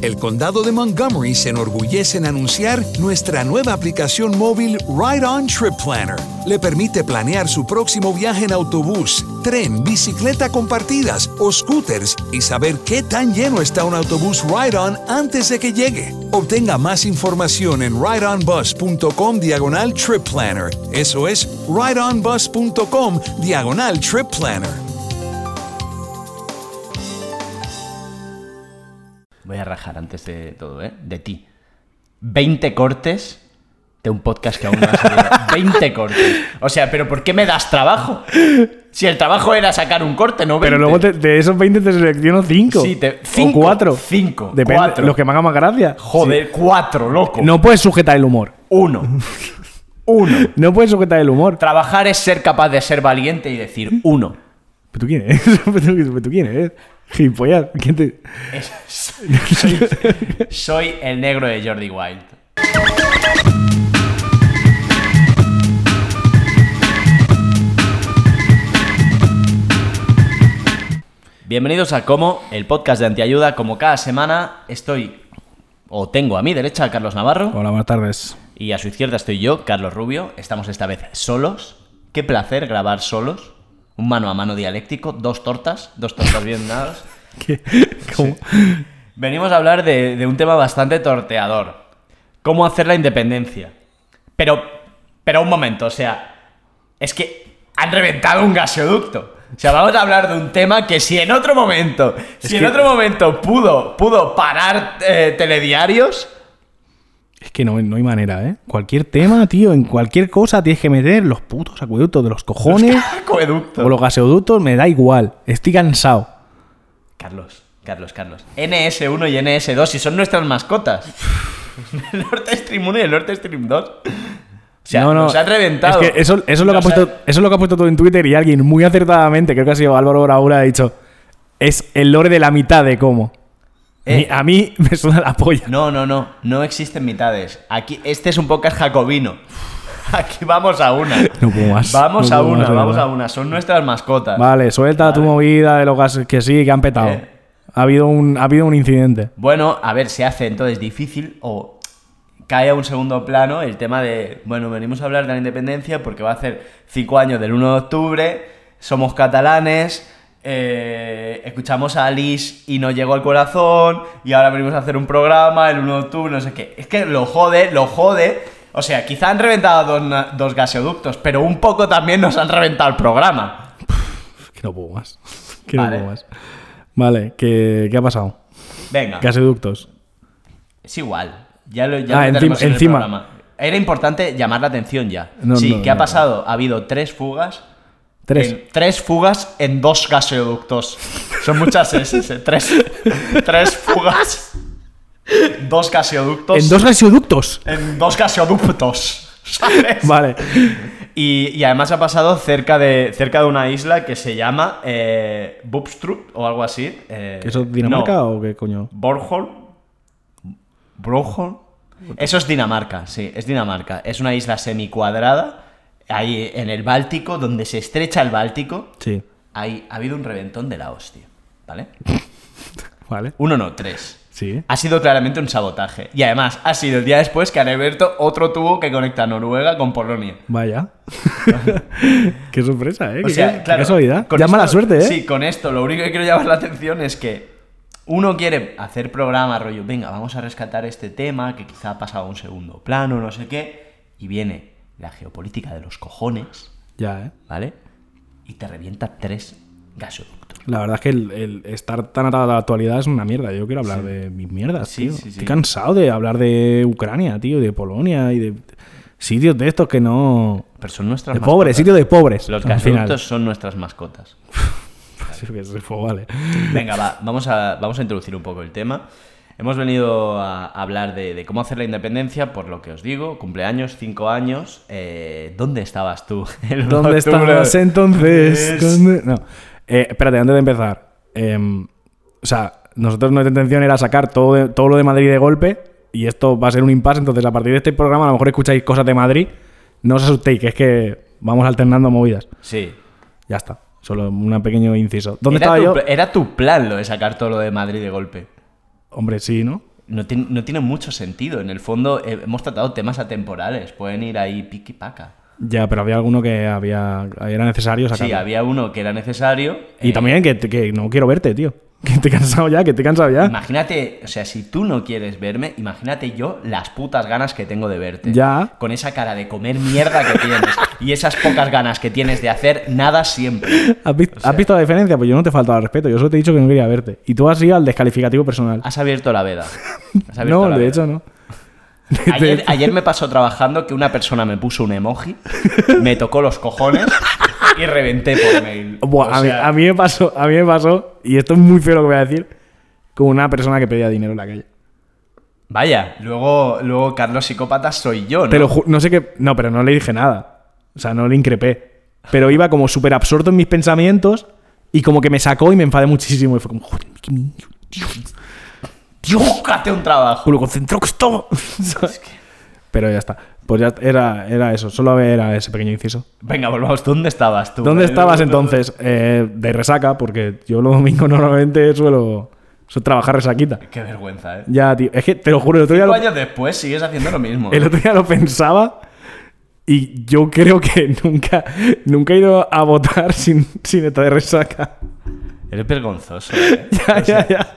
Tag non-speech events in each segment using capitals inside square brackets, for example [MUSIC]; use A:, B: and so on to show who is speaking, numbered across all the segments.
A: el condado de Montgomery se enorgullece en anunciar nuestra nueva aplicación móvil Ride On Trip Planner. Le permite planear su próximo viaje en autobús, tren, bicicleta compartidas o scooters y saber qué tan lleno está un autobús Ride On antes de que llegue. Obtenga más información en rideonbus.com diagonal trip planner. Eso es rideonbus.com diagonal trip planner.
B: Voy a rajar antes de todo, ¿eh? De ti. 20 cortes de un podcast que aún no ha
C: [LAUGHS]
B: salido. 20 cortes. O sea, ¿pero por qué me das trabajo? Si el trabajo era sacar un corte, no 20.
C: Pero luego te- de esos 20 te selecciono 5.
B: Sí, te-
C: o
B: cinco,
C: 4.
B: cinco,
C: 5. Depende.
B: cuatro.
C: Los que me hagan más gracia.
B: Joder, cuatro, loco.
C: Sí. No puedes sujetar el humor.
B: Uno. Uno.
C: No puedes sujetar el humor.
B: Trabajar es ser capaz de ser valiente y decir uno.
C: ¿Pero tú quién eres? [LAUGHS] ¿Pero tú- pero tú quién eres? Gilipollas. ¿Quién te-
B: Soy, [LAUGHS] soy el negro de Jordi Wild. Bienvenidos a Como, el podcast de Antiayuda. Como cada semana estoy, o tengo a mi derecha a Carlos Navarro
C: Hola, buenas tardes.
B: y a su izquierda estoy yo, Carlos Rubio. Estamos esta vez solos. Qué placer grabar solos. Un mano a mano dialéctico, dos tortas, dos tortas bien dadas.
C: [LAUGHS] ¿Qué? ¿Cómo?
B: Venimos a hablar de, de un tema bastante torteador. ¿Cómo hacer la independencia? Pero, pero un momento, o sea, es que han reventado un gasoducto. O sea, vamos a hablar de un tema que si en otro momento, si en
C: que-
B: otro momento pudo, pudo parar eh, telediarios, [LAUGHS]
C: Es que no, no hay manera, ¿eh? Cualquier tema, tío, en cualquier cosa tienes que meter los putos acueductos de los cojones
B: acueducto.
C: o los gaseoductos, me da igual. Estoy cansado.
B: Carlos, Carlos, Carlos. NS1 y NS2, y son nuestras mascotas. [LAUGHS] el Norte Stream 1 y el Norte Stream 2. O sea, nos han reventado.
C: Es que eso, eso es lo que ha
B: Nos
C: puesto,
B: han-
C: eso es lo que ha puesto todo en Twitter y alguien muy acertadamente, creo que ha sido Álvaro Braura, ha dicho: Es el lore de la mitad de cómo.
B: Eh.
C: Ni- A mí [LAUGHS] me suena la polla.
B: No, no, no. No existen mitades. Aquí, este es un podcast jacobino. [LAUGHS] Aquí vamos a una.
C: No puedo más.
B: Vamos
C: No
B: a
C: puedo
B: una,
C: más, de
B: vamos a
C: verdad.
B: una. Son nuestras mascotas.
C: Vale, suelta tu movida de los gases que sí, que han petado.
B: Eh.
C: Ha, habido un, ha habido un incidente. [LAUGHS]
B: Bueno, a ver, se hace entonces difícil o cae a un segundo plano el tema de, bueno, venimos a hablar de la independencia porque va a hacer cinco años del 1 de octubre, somos catalanes, eh, escuchamos a Alice y nos llegó al corazón y ahora venimos a hacer un programa el 1 de octubre, no sé qué. Es que lo jode, lo jode. O sea, quizá han reventado dos, na- dos gaseoductos, pero un poco también nos han reventado el programa.
C: Que no puedo más. [LAUGHS] Que
B: Vale.
C: no puedo más. Vale, ¿qué, qué ha pasado?
B: Venga.
C: Gaseductos.
B: Es igual. Ya lo, ya
C: Ah,
B: lo
C: encima-
B: tenemos en el
C: encima.
B: programa. Era importante llamar la atención ya.
C: No,
B: sí,
C: no,
B: ¿qué ha
C: no.
B: pasado? Ha habido tres fugas.
C: Tres.
B: en- tres fugas en dos gasoductos. Son muchas S. tres, tres fugas. Dos gasoductos.
C: En dos gaseoductos.
B: en dos gasoductos. ¿Sabes? [LAUGHS]
C: [LAUGHS] Vale.
B: Y, y además ha pasado cerca de, cerca de una isla que se llama eh, Bubstrup o algo así. eh,
C: ¿Eso es Dinamarca
B: no,
C: o qué coño?
B: Bornholm. Broholm. Eso es Dinamarca, sí, es Dinamarca. Es una isla semicuadrada, ahí en el Báltico, donde se estrecha el Báltico.
C: Sí.
B: Ahí ha habido un reventón de la hostia, ¿vale?
C: Vale.
B: Uno no, tres.
C: Sí.
B: Ha sido claramente un sabotaje. Y además, ha sido el día después que han abierto otro tubo que conecta Noruega con Polonia. [LAUGHS]
C: Vaya. qué sorpresa, ¿eh?
B: O
C: qué,
B: sea,
C: qué
B: claro,
C: casualidad.
B: con
C: Ya
B: esto-
C: mala suerte, ¿eh?
B: Sí, con esto lo único que quiero llamar la atención es que uno quiere hacer programa, rollo, venga, vamos a rescatar este tema que quizá ha pasado a un segundo plano, no sé qué, y viene la geopolítica de los cojones,
C: Ya, ¿eh?
B: ¿vale? Y te revienta tres gasoductos.
C: La verdad es que el, el estar tan atado a la actualidad es una mierda. Yo quiero hablar de mis mierdas,
B: Sí,
C: tío.
B: sí, sí.
C: Estoy cansado de hablar de Ucrania, tío, de Polonia y de sitios de estos que no.
B: Pero son nuestras
C: De pobres, sitio de pobres.
B: Los
C: al final.
B: gasoductos son nuestras mascotas.
C: [LAUGHS] Sí, que se fue, vale.
B: Venga, va, vamos a, vamos a introducir un poco el tema. Hemos venido a hablar de, de cómo hacer la independencia, por lo que os digo, cumpleaños, cinco años. eh, ¿Dónde estabas tú? [LAUGHS] el uno
C: [LAUGHS] ¿Dónde
B: de octubre?
C: estás entonces?
B: Es-
C: ¿Dónde- No. Eh, espérate, antes de empezar. Em, o sea, nosotros nuestra intención era sacar todo, de- todo lo de Madrid de golpe y esto va a ser un impasse. Entonces, a partir de este programa, a lo mejor escucháis cosas de Madrid. No os asustéis, que es que vamos alternando movidas.
B: Sí.
C: Ya está. Solo un pequeño inciso. ¿Dónde
B: era
C: estaba
B: tu,
C: yo?
B: pl- Era tu plan lo de sacar todo lo de Madrid de golpe.
C: Hombre, sí, ¿no?
B: no, tiene, no tiene mucho sentido. En el fondo eh, hemos tratado temas atemporales, pueden ir ahí piqui paca.
C: Ya, pero había alguno que había era necesario sacar.
B: Sí, había uno que era necesario.
C: Y
B: eh,
C: también que, que no quiero verte, tío. [LAUGHS] Que te he cansado ya, que te he cansado ya.
B: Imagínate, o sea, si tú no quieres verme, imagínate yo las putas ganas que tengo de verte.
C: Ya.
B: Con esa cara de comer mierda que tienes y esas pocas ganas que tienes de hacer nada siempre.
C: ¿Has, vis- has visto la diferencia? Pues yo no te faltaba al respeto, yo solo te he dicho que no quería verte. Y tú has ido al descalificativo personal.
B: Has abierto la veda. Ah, Has abierto
C: No,
B: la
C: de
B: veda.
C: hecho no.
B: Ayer, ayer me pasó trabajando que una persona me puso un emoji, me tocó los cojones y reventé por mail.
C: Buah,
B: O
C: a, mí,
B: sea,
C: a mí me pasó, a mí me pasó, y esto es muy feo lo que voy a decir, con una persona que pedía dinero en la calle.
B: Vaya, luego, luego Carlos Psicópata soy yo, ¿no?
C: Te lo ju- no sé qué. No, pero no le dije nada. O sea, no le increpé. Pero iba como súper absorto en mis pensamientos y como que me sacó y me enfadé muchísimo. Y fue como, joder, qué niño, Dios,
B: Búscate un trabajo.
C: lo concentrado que estaba. ¿Sabes? Pero ya está. Pues ya era, era eso. Solo era ese pequeño inciso.
B: Venga, volvamos. ¿Dónde estabas tú?
C: ¿Dónde
B: Eh,
C: estabas entonces? Eh, de resaca, porque yo los domingos [LAUGHS] normalmente suelo, suelo trabajar resaquita.
B: Qué vergüenza, ¿eh?
C: Ya, tío. Es que te lo juro, el otro día
B: Cinco
C: lo-
B: años después sigues haciendo lo mismo.
C: El otro día lo pensaba y yo creo que [LAUGHS] nunca, nunca he ido a votar sin, sin estar de resaca. [LAUGHS]
B: Eres vergonzoso, ¿eh?
C: Ya, ya, ya.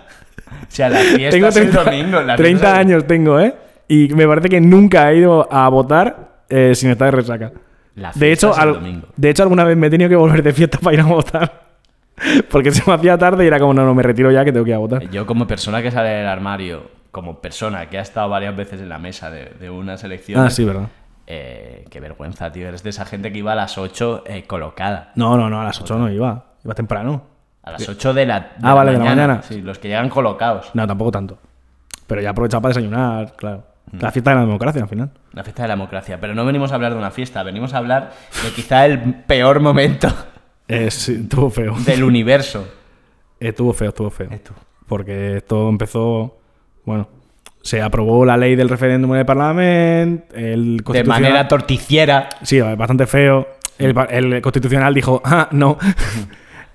B: O sea,
C: [LAUGHS]
B: la fiesta
C: Tengo
B: es el domingo. la
C: 30
B: fiesta es-
C: años tengo, ¿eh? Y me parece que nunca he ido a votar eh, sin estar de resaca.
B: La fiesta
C: De hecho,
B: es el
C: al-
B: domingo.
C: de hecho, alguna vez me he tenido que volver de fiesta [LAUGHS] para ir a votar. Porque se me hacía tarde y era como, no, no, me retiro ya que tengo que ir a votar.
B: Yo como persona que sale del armario, como persona que ha estado varias veces en la mesa de, de una selección,
C: Ah, sí, verdad.
B: eh, qué vergüenza, tío. Eres de esa gente que iba a las 8 eh, colocada.
C: No, no, no, a las 8 no iba. Iba temprano.
B: A las 8 de la, de
C: Ah, vale, de la mañana.
B: Sí, los que llegan colocados.
C: No, tampoco tanto. Pero ya aprovechaba para desayunar, claro.
B: Mm.
C: La fiesta de la democracia, al final.
B: La fiesta de la democracia. Pero no venimos a hablar de una fiesta, venimos a hablar de quizá el peor momento [LAUGHS]
C: Eh, sí, [LAUGHS] estuvo feo. Eh,
B: del universo.
C: Estuvo feo, estuvo feo.
B: Estuvo.
C: Porque esto empezó. Bueno, se aprobó la ley del referéndum en el Parlamento. El
B: De
C: constitucional-
B: manera torticiera.
C: Sí, eh, bastante feo. El, pa- el constitucional dijo, [LAUGHS] ah, no.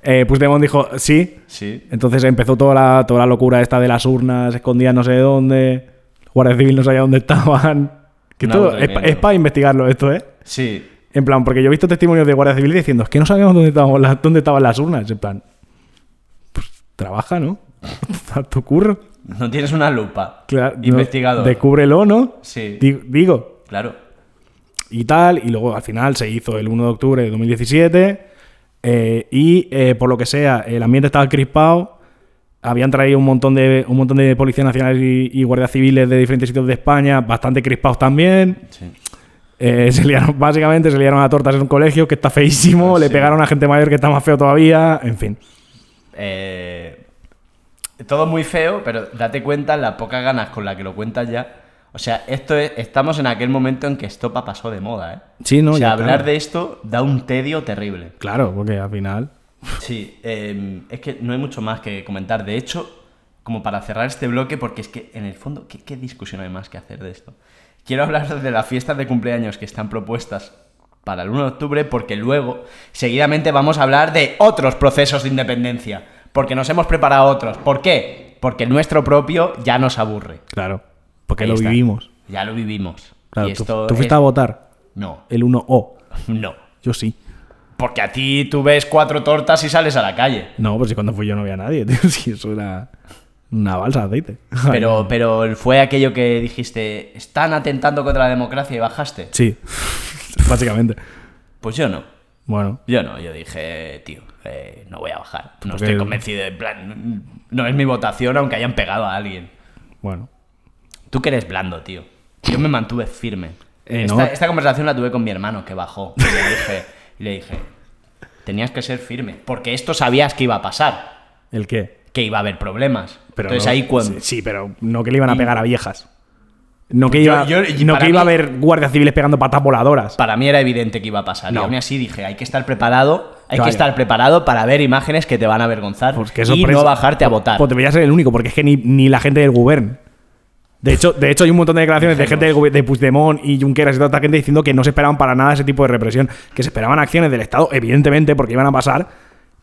C: eh, Puigdemont dijo, sí.
B: Sí.
C: Entonces empezó toda la, toda la locura esta de las urnas escondidas no sé dónde. Guardia Civil no sabía dónde estaban. [LAUGHS] Que
B: Un
C: todo, es,
B: aburrimiento.
C: para investigarlo esto, ¿eh?
B: Sí.
C: En plan, porque yo he visto testimonios de Guardia Civil diciendo, es que no sabíamos dónde, estábamos las- dónde estaban las urnas. En plan, pues trabaja, ¿no? [LAUGHS] Haz tu curro.
B: No tienes una lupa.
C: Claro, no-
B: Investigador.
C: descúbrelo, ¿no?
B: Sí.
C: Di- Digo,
B: Claro.
C: y tal. Y luego al final se hizo el 1 de octubre de 2017. eh, y eh, por lo que sea, el ambiente estaba crispado. Habían traído un montón de, un montón de policías nacionales y, y guardias civiles de diferentes sitios de España, bastante crispados también.
B: Sí.
C: Eh, [LAUGHS] se liaron, básicamente se liaron a tortas en un colegio, que está feísimo, le
B: Ah, Sí.
C: pegaron a gente mayor que está más feo todavía, en fin.
B: Eh, todo muy feo, pero date cuenta las pocas ganas con la que lo cuentas ya. O sea, esto es- estamos en aquel momento en que Estopa pasó de moda, ¿eh?
C: Sí, no,
B: o sea,
C: ya,
B: hablar
C: claro.
B: de esto da un tedio terrible.
C: Claro, porque al final...
B: Sí, eh, es que no hay mucho más que comentar. De hecho, como para cerrar este bloque, porque es que en el fondo, ¿qué, qué discusión hay más que hacer de esto? Quiero hablar [LAUGHS] de las fiestas de cumpleaños que están propuestas para el 1 de octubre, porque luego, seguidamente, vamos a hablar de otros procesos de independencia, porque nos hemos preparado otros. ¿Por qué? Porque el nuestro propio ya nos aburre.
C: Claro, porque
B: Ahí
C: lo
B: está.
C: vivimos.
B: Ya lo vivimos.
C: Claro,
B: Y
C: tú,
B: esto
C: tú fuiste
B: es-
C: a votar
B: No,
C: el 1O,
B: no.
C: yo sí.
B: Porque a ti tú ves cuatro tortas y sales a la calle.
C: No, pues si cuando fui yo no había nadie, [LAUGHS] tío, si eso era una balsa de aceite. [LAUGHS]
B: Pero, pero fue aquello que dijiste, están atentando contra la democracia y bajaste.
C: Sí, [LAUGHS] básicamente.
B: Pues yo no.
C: Bueno,
B: Yo no, yo dije, tío, eh, no voy a bajar. No
C: Pues
B: estoy
C: que-
B: convencido, en plan, no es mi votación aunque hayan pegado a alguien.
C: bueno.
B: Tú que eres blando, tío. Yo me mantuve firme.
C: Eh,
B: esta,
C: no.
B: esta conversación la tuve con mi hermano que bajó. Y le dije, y le dije, tenías que ser firme, porque esto sabías que iba a pasar,
C: ¿El qué?
B: que iba a haber problemas.
C: Pero
B: Entonces
C: no-
B: ahí cuando...
C: Sí, sí, pero no que le iban a
B: Y-
C: pegar a viejas. No que iba,
B: Yo- yo-
C: no
B: para
C: que iba a
B: mí-
C: haber guardias civiles pegando patas voladoras.
B: Para mí era evidente que iba a pasar.
C: No.
B: Y aún así dije, hay que estar preparado, hay
C: Claro.
B: que estar preparado para ver imágenes que te van a avergonzar
C: Pues qué
B: y
C: sorpresa.
B: no bajarte a votar.
C: Pues debería ser el único, porque es que ni, ni la gente del gobierno. De hecho, de hecho, hay un montón de declaraciones de gente del gobi- de Puigdemont y Junqueras y toda esta gente diciendo que no se esperaban para nada ese tipo de represión, que se esperaban acciones del Estado, evidentemente, porque iban a pasar,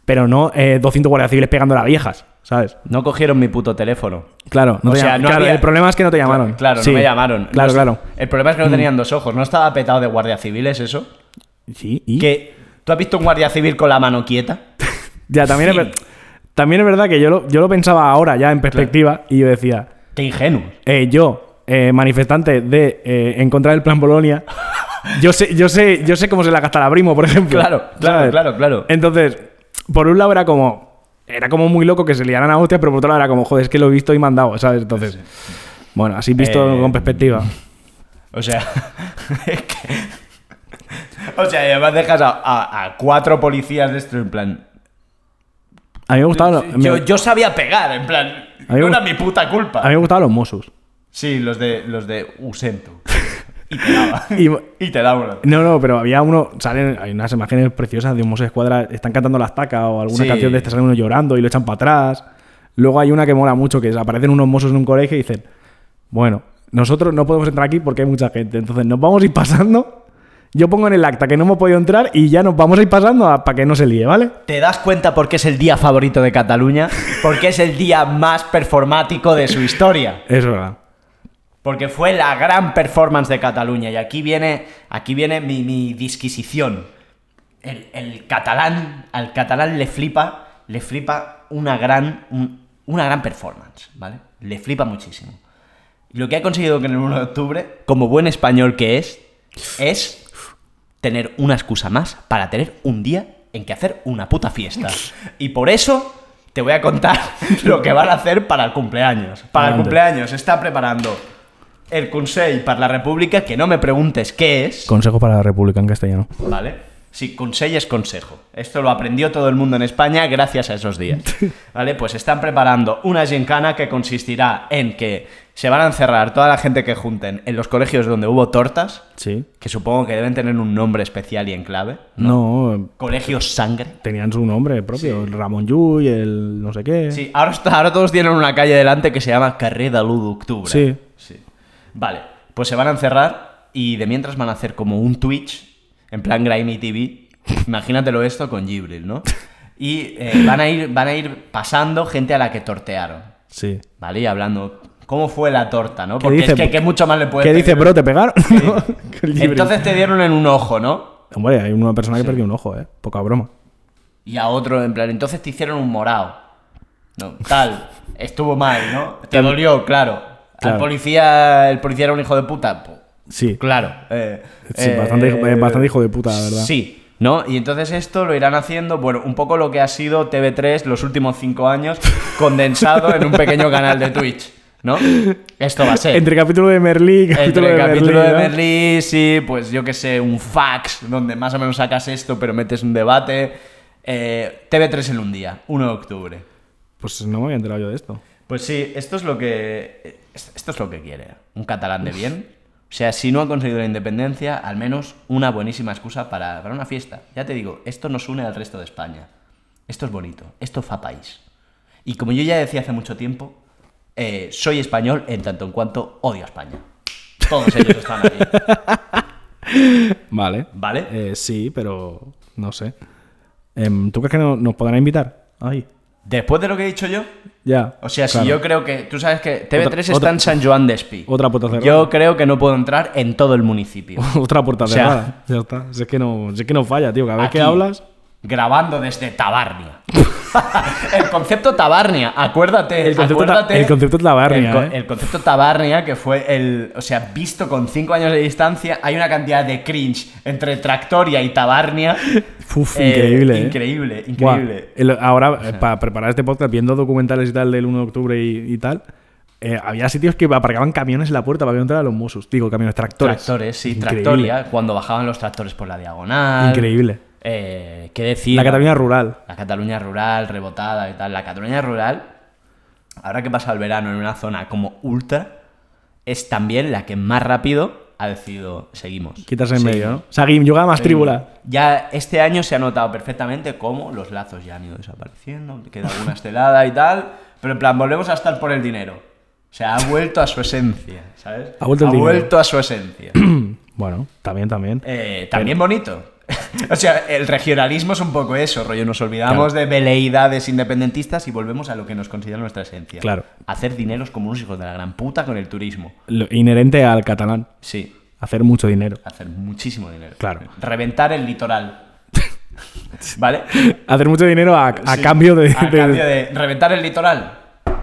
C: pero no eh, 200 guardias civiles pegando a viejas. ¿sabes?
B: No cogieron mi puto teléfono.
C: Claro, no
B: O
C: te
B: sea,
C: llam-
B: no
C: claro,
B: había-
C: el problema es que no te llamaron.
B: Claro,
C: Sí.
B: no me llamaron.
C: Claro,
B: No-
C: claro. Mm.
B: El problema es que no tenían dos ojos. No estaba petado de guardia civiles eso.
C: Sí, y
B: Que tú has visto un guardia civil con la mano quieta.
C: ya también es,
B: Sí.
C: ver- también es verdad que yo lo, yo lo pensaba ahora ya en perspectiva y yo decía,
B: Qué ingenuo.
C: eh, yo, eh, manifestante de eh, en contra del plan Polonia, [LAUGHS] yo sé, yo sé, yo sé cómo se la gastará Brimo, por ejemplo.
B: Claro, claro, claro, claro.
C: Entonces, por un lado era como. Era como muy loco que se liaran a hostias, pero por otro lado era como, joder, es que lo he visto y mandado, ¿sabes? Entonces. Bueno, así visto
B: Eh,
C: con perspectiva.
B: O sea, [LAUGHS] es que. O sea, y además dejas a, a- a cuatro policías de esto en plan.
C: A mí me gustaban los,
B: Yo,
C: me-
B: yo sabía pegar, en plan.
C: A mí
B: No
C: me
B: era
C: gust-
B: mi puta culpa.
C: a mí me gustaban los Mossos.
B: Sí, los de los de Usento. Y te daba.
C: Y-
B: y te daba una.
C: No, no, pero había uno. Salen, hay unas imágenes preciosas de un Mosso Escuadra. Están cantando las tacas o alguna
B: Sí.
C: canción de estas. Salen uno llorando y lo echan para atrás. Luego hay una que mola mucho, que es, aparecen unos mozos en un colegio y dicen: Bueno, nosotros no podemos entrar aquí porque hay mucha gente. Entonces nos vamos a ir pasando. Yo pongo en el acta que no hemos podido entrar y ya nos vamos a ir pasando para que no se líe, ¿vale?
B: ¿Te das cuenta por qué es el día favorito de Cataluña? Porque es el día más performático de su historia.
C: Es verdad.
B: Porque fue la gran performance de Cataluña. Y aquí viene, aquí viene mi, mi disquisición. El, el catalán, al catalán le flipa, le flipa una gran, un- una gran performance, ¿vale? Le flipa muchísimo. Lo que ha conseguido que en el 1 de octubre, como buen español que es, es tener una excusa más para tener un día en que hacer una puta fiesta. Y por eso te voy a contar [LAUGHS] lo que van a hacer para el cumpleaños. Para el
C: Adelante.
B: cumpleaños está preparando el Consell para la República, que no me preguntes qué es,
C: Consejo para la República en castellano.
B: ¿vale? Si Consell es consejo. Esto lo aprendió todo el mundo en España gracias a esos días. ¿Vale? Pues están preparando una gincana que consistirá en que se van a encerrar toda la gente que junten en los colegios donde hubo tortas,
C: Sí.
B: que supongo que deben tener un nombre especial y en clave.
C: No,
B: Colegios Sangre.
C: tenían su nombre propio. El Ramón Llull, el no sé qué.
B: Sí, ahora, está- ahora todos tienen una calle delante que se llama Carrera de l'u d'Octubre.
C: Sí.
B: Vale, pues se van a encerrar y de mientras van a hacer como un Twitch, en plan Grimy TV. Imagínatelo esto con Gibril, ¿no? Y eh, van, a ir, van a ir pasando gente a la que tortearon,
C: Sí.
B: ¿vale? Y hablando, ¿cómo fue la torta, no?
C: ¿Qué
B: Porque
C: dice-
B: es que ¿qué mucho más le puede
C: ¿Qué dice, bro? ¿Te pegaron? [LAUGHS]
B: Entonces te dieron en un ojo, ¿no?
C: Hombre, hay una persona que perdió un ojo, ¿eh? Poca broma.
B: Y a otro, en plan, entonces te hicieron un morado. No, tal, estuvo mal, ¿no? Te dolió, claro.
C: Claro.
B: Al policía, el policía era un hijo de puta. Pu-
C: Sí.
B: Claro. eh,
C: Sí,
B: eh,
C: bastante, hijo- eh, bastante hijo de puta, la verdad.
B: Sí, ¿no? Y entonces esto lo irán haciendo, bueno, un poco lo que ha sido TV3 los últimos cinco años, condensado en un pequeño canal de Twitch, ¿no? Esto va a ser.
C: [LAUGHS] Entre capítulo de Merlí y capítulo
B: Entre el
C: de
B: capítulo
C: Merlí.
B: de
C: ¿no?
B: Merlí, sí, pues yo que sé, un fax donde más o menos sacas esto, pero metes un debate. Eh, TV3 en un día, 1 de octubre.
C: Pues no me había enterado yo de esto.
B: Pues sí, esto es lo que. Esto es lo que quiere. Un catalán de bien. O sea, si no ha conseguido la independencia, al menos una buenísima excusa para, para una fiesta. Ya te digo, esto nos une al resto de España. Esto es bonito, esto fa país. Y como yo ya decía hace mucho tiempo, eh, soy español en tanto en cuanto odio a España. Todos ellos están [LAUGHS] ahí,
C: Vale.
B: ¿vale?
C: Eh, sí, pero no sé. Em, ¿Tú crees que no- nos podrán invitar? Ay.
B: Después de lo que he dicho yo,
C: Ya.
B: o sea,
C: claro.
B: si yo creo que. Tú sabes que TV3 está
C: otra-
B: en San Joan de Espí.
C: Otra puta cerrada.
B: Yo creo que no puedo entrar en todo el municipio.
C: [LAUGHS] Otra puerta
B: O sea-
C: cerrada. Ya está. Si es, que no, si es que no falla, tío. Cada vez que
B: Aquí,
C: hablas.
B: Grabando desde Tabarnia. [LAUGHS] el concepto Tabarnia, acuérdate.
C: El concepto ta-
B: acuérdate-
C: el concepto Tabarnia,
B: El, co-
C: eh.
B: el concepto Tabarnia, que fue el. O sea, visto con 5 años de distancia, hay una cantidad de cringe entre Tractoria y Tabarnia.
C: Uf,
B: eh,
C: increíble. ¿eh?
B: Increíble,
C: Buah,
B: increíble.
C: el- ahora, para preparar este podcast, viendo documentales y tal del 1 de octubre y, y tal, eh, había sitios que aparcaban camiones en la puerta para que no entraran los Mossos. Digo, camiones, tractores.
B: Tractores, sí,
C: Increíble.
B: Tractoria, cuando bajaban los tractores por la diagonal.
C: Increíble.
B: Eh, ¿Qué decir?
C: La Cataluña rural.
B: La Cataluña rural, rebotada y tal. La Cataluña rural, ahora que pasa el verano en una zona como ultra, es también la que más rápido ha decidido seguimos.
C: Quitarse en
B: Seguimos.
C: medio, ¿no? Sagim, yoga más tribula.
B: Ya este año se ha notado perfectamente cómo los lazos ya han ido desapareciendo, queda alguna estelada y tal, pero en plan, volvemos a estar por el dinero. O sea, ha vuelto a su esencia, ¿sabes?
C: Ha vuelto el dinero.
B: vuelto a su esencia.
C: Bueno, también, también.
B: Eh, también bonito. [LAUGHS] o sea, el regionalismo es un poco eso, rollo. Nos olvidamos de veleidades independentistas y volvemos a lo que nos considera nuestra esencia.
C: Claro.
B: Hacer dineros como unos hijos de la gran puta con el turismo.
C: Lo inherente al catalán.
B: Sí.
C: Hacer mucho dinero.
B: Hacer muchísimo dinero.
C: Claro.
B: Reventar el
C: [LAUGHS]
B: litoral. ¿Vale?
C: Hacer mucho dinero a, a
B: Sí.
C: cambio de.
B: A
C: de-
B: cambio de reventar el litoral.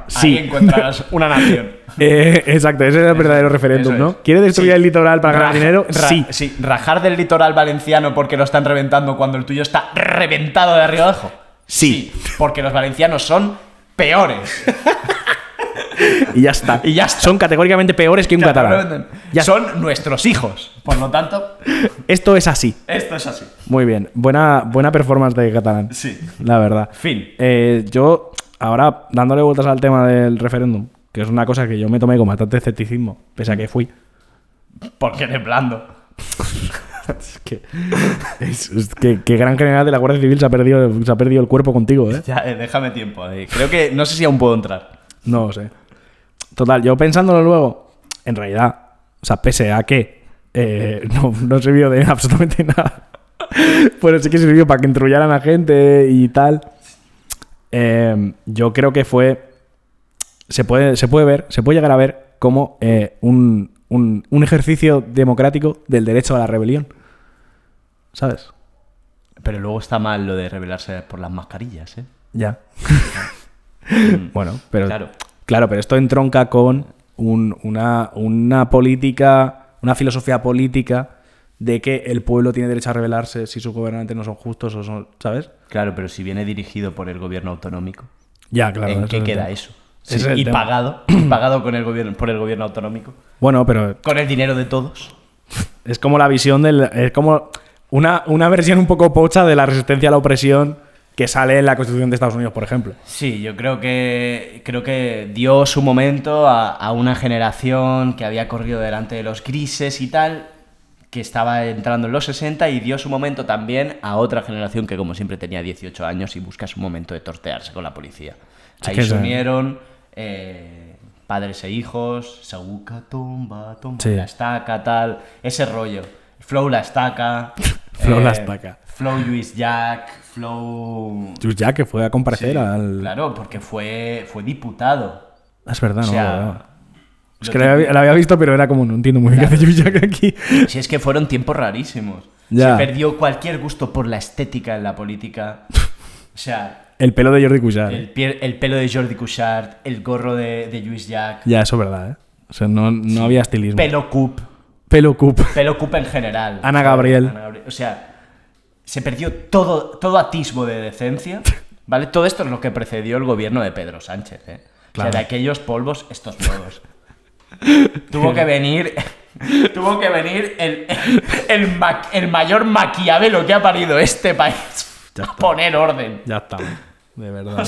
C: Sí.
B: Ahí encontrarás una [LAUGHS] nación.
C: [LAUGHS] Eh, exacto, ese es el verdadero referéndum,
B: Eso es.
C: ¿no? ¿Quiere destruir
B: Sí.
C: el litoral para ganar
B: Raj-
C: dinero?
B: ra-
C: Sí.
B: Sí, rajar del litoral valenciano porque lo están reventando cuando el tuyo está reventado de arriba abajo.
C: Sí.
B: porque los valencianos son
C: [LAUGHS]
B: peores.
C: Y ya está.
B: Y ya está.
C: Son categóricamente peores que un catalán. Ya está.
B: Son nuestros hijos. Por lo tanto,
C: Esto es así.
B: esto es así.
C: Muy bien. Buena, buena performance de catalán.
B: Sí.
C: La verdad.
B: Fin.
C: Eh, yo, ahora dándole vueltas al tema del referéndum, que es una cosa que yo me tomé con bastante escepticismo, pese a que fui.
B: Porque eres blando.
C: Es que, es- es que- que gran general de la Guardia Civil se ha perdido, se ha perdido el cuerpo contigo, ¿eh?
B: Ya, eh, déjame tiempo. eh. Creo que no sé si aún puedo entrar.
C: No lo sé. Total, yo pensándolo luego, en realidad, o sea, pese a que eh, [LAUGHS] no, no sirvió de absolutamente [LAUGHS] nada, pero sí que sirvió para que entrullaran a gente y tal. eh, yo creo que fue. Se puede, se puede ver, se puede llegar a ver como eh, un, un- un ejercicio democrático del derecho a la rebelión. ¿Sabes?
B: Pero luego está mal lo de revelarse por las mascarillas, ¿eh?
C: Ya. [LAUGHS] bueno, pero.
B: Mm. Claro.
C: Claro, pero esto entronca con un- una, una política, una filosofía política de que el pueblo tiene derecho a rebelarse si sus gobernantes no son justos o son. ¿Sabes?
B: Claro, pero si viene dirigido por el gobierno autonómico,
C: Ya, claro.
B: ¿en
C: ese es
B: qué
C: el
B: queda
C: tema.
B: eso?
C: Ese
B: Sí,
C: es el
B: y
C: tema.
B: pagado, [CLEARS THROAT] y pagado con el gobierno, por el gobierno autonómico,
C: Bueno, pero
B: con el dinero de todos.
C: es como la visión del. Es como una, una versión un poco pocha de la resistencia a la opresión que sale en la Constitución de Estados Unidos, por ejemplo.
B: Sí, yo creo que creo que dio su momento a, a una generación que había corrido delante de los grises y tal, que estaba entrando en los 60 y dio su momento también a otra generación que como siempre tenía 18 años y busca su momento de tortearse con la policía.
C: Sí que
B: Ahí
C: es
B: se
C: verdad.
B: unieron eh, padres e hijos, Sabuca, tumba, tumba,
C: Sí.
B: la estaca, tal, ese rollo. Flow la estaca.
C: [LAUGHS]
B: eh,
C: Flow la estaca.
B: Flow Luis Jack, Flow...
C: Just Jack, Pues que fue a comparecer
B: Sí,
C: al.
B: Claro, porque fue, fue diputado.
C: Es verdad,
B: O
C: Ah, no,
B: sea,
C: no, no. Es
B: lo
C: que la había, la había visto, pero era como, no entiendo muy bien qué hace Just Jack aquí.
B: Si es que fueron tiempos rarísimos.
C: Ya.
B: Se perdió cualquier gusto por la estética en la política. O sea,
C: El pelo de Jordi Cuixart. eh.
B: el, pie- el pelo de Jordi Cushart, el gorro de, de Luis Jack,
C: Ya, eso es verdad, ¿eh? O sea, no, no había estilismo.
B: pelo cup,
C: Pelo cup.
B: pelo cup en general.
C: Ana Gabriel.
B: Ana O sea, se perdió todo, todo atisbo de decencia. ¿Vale? Todo esto es lo que precedió el gobierno de Pedro Sánchez. ¿eh?
C: Claro.
B: O sea, de aquellos polvos,
C: [LAUGHS]
B: estos polvos. tuvo que venir. [LAUGHS] tuvo que venir el, [LAUGHS] el, ma- el mayor maquiavelo que ha parido este país
C: Ya
B: a
C: está.
B: poner orden.
C: Ya está. De [LAUGHS] verdad.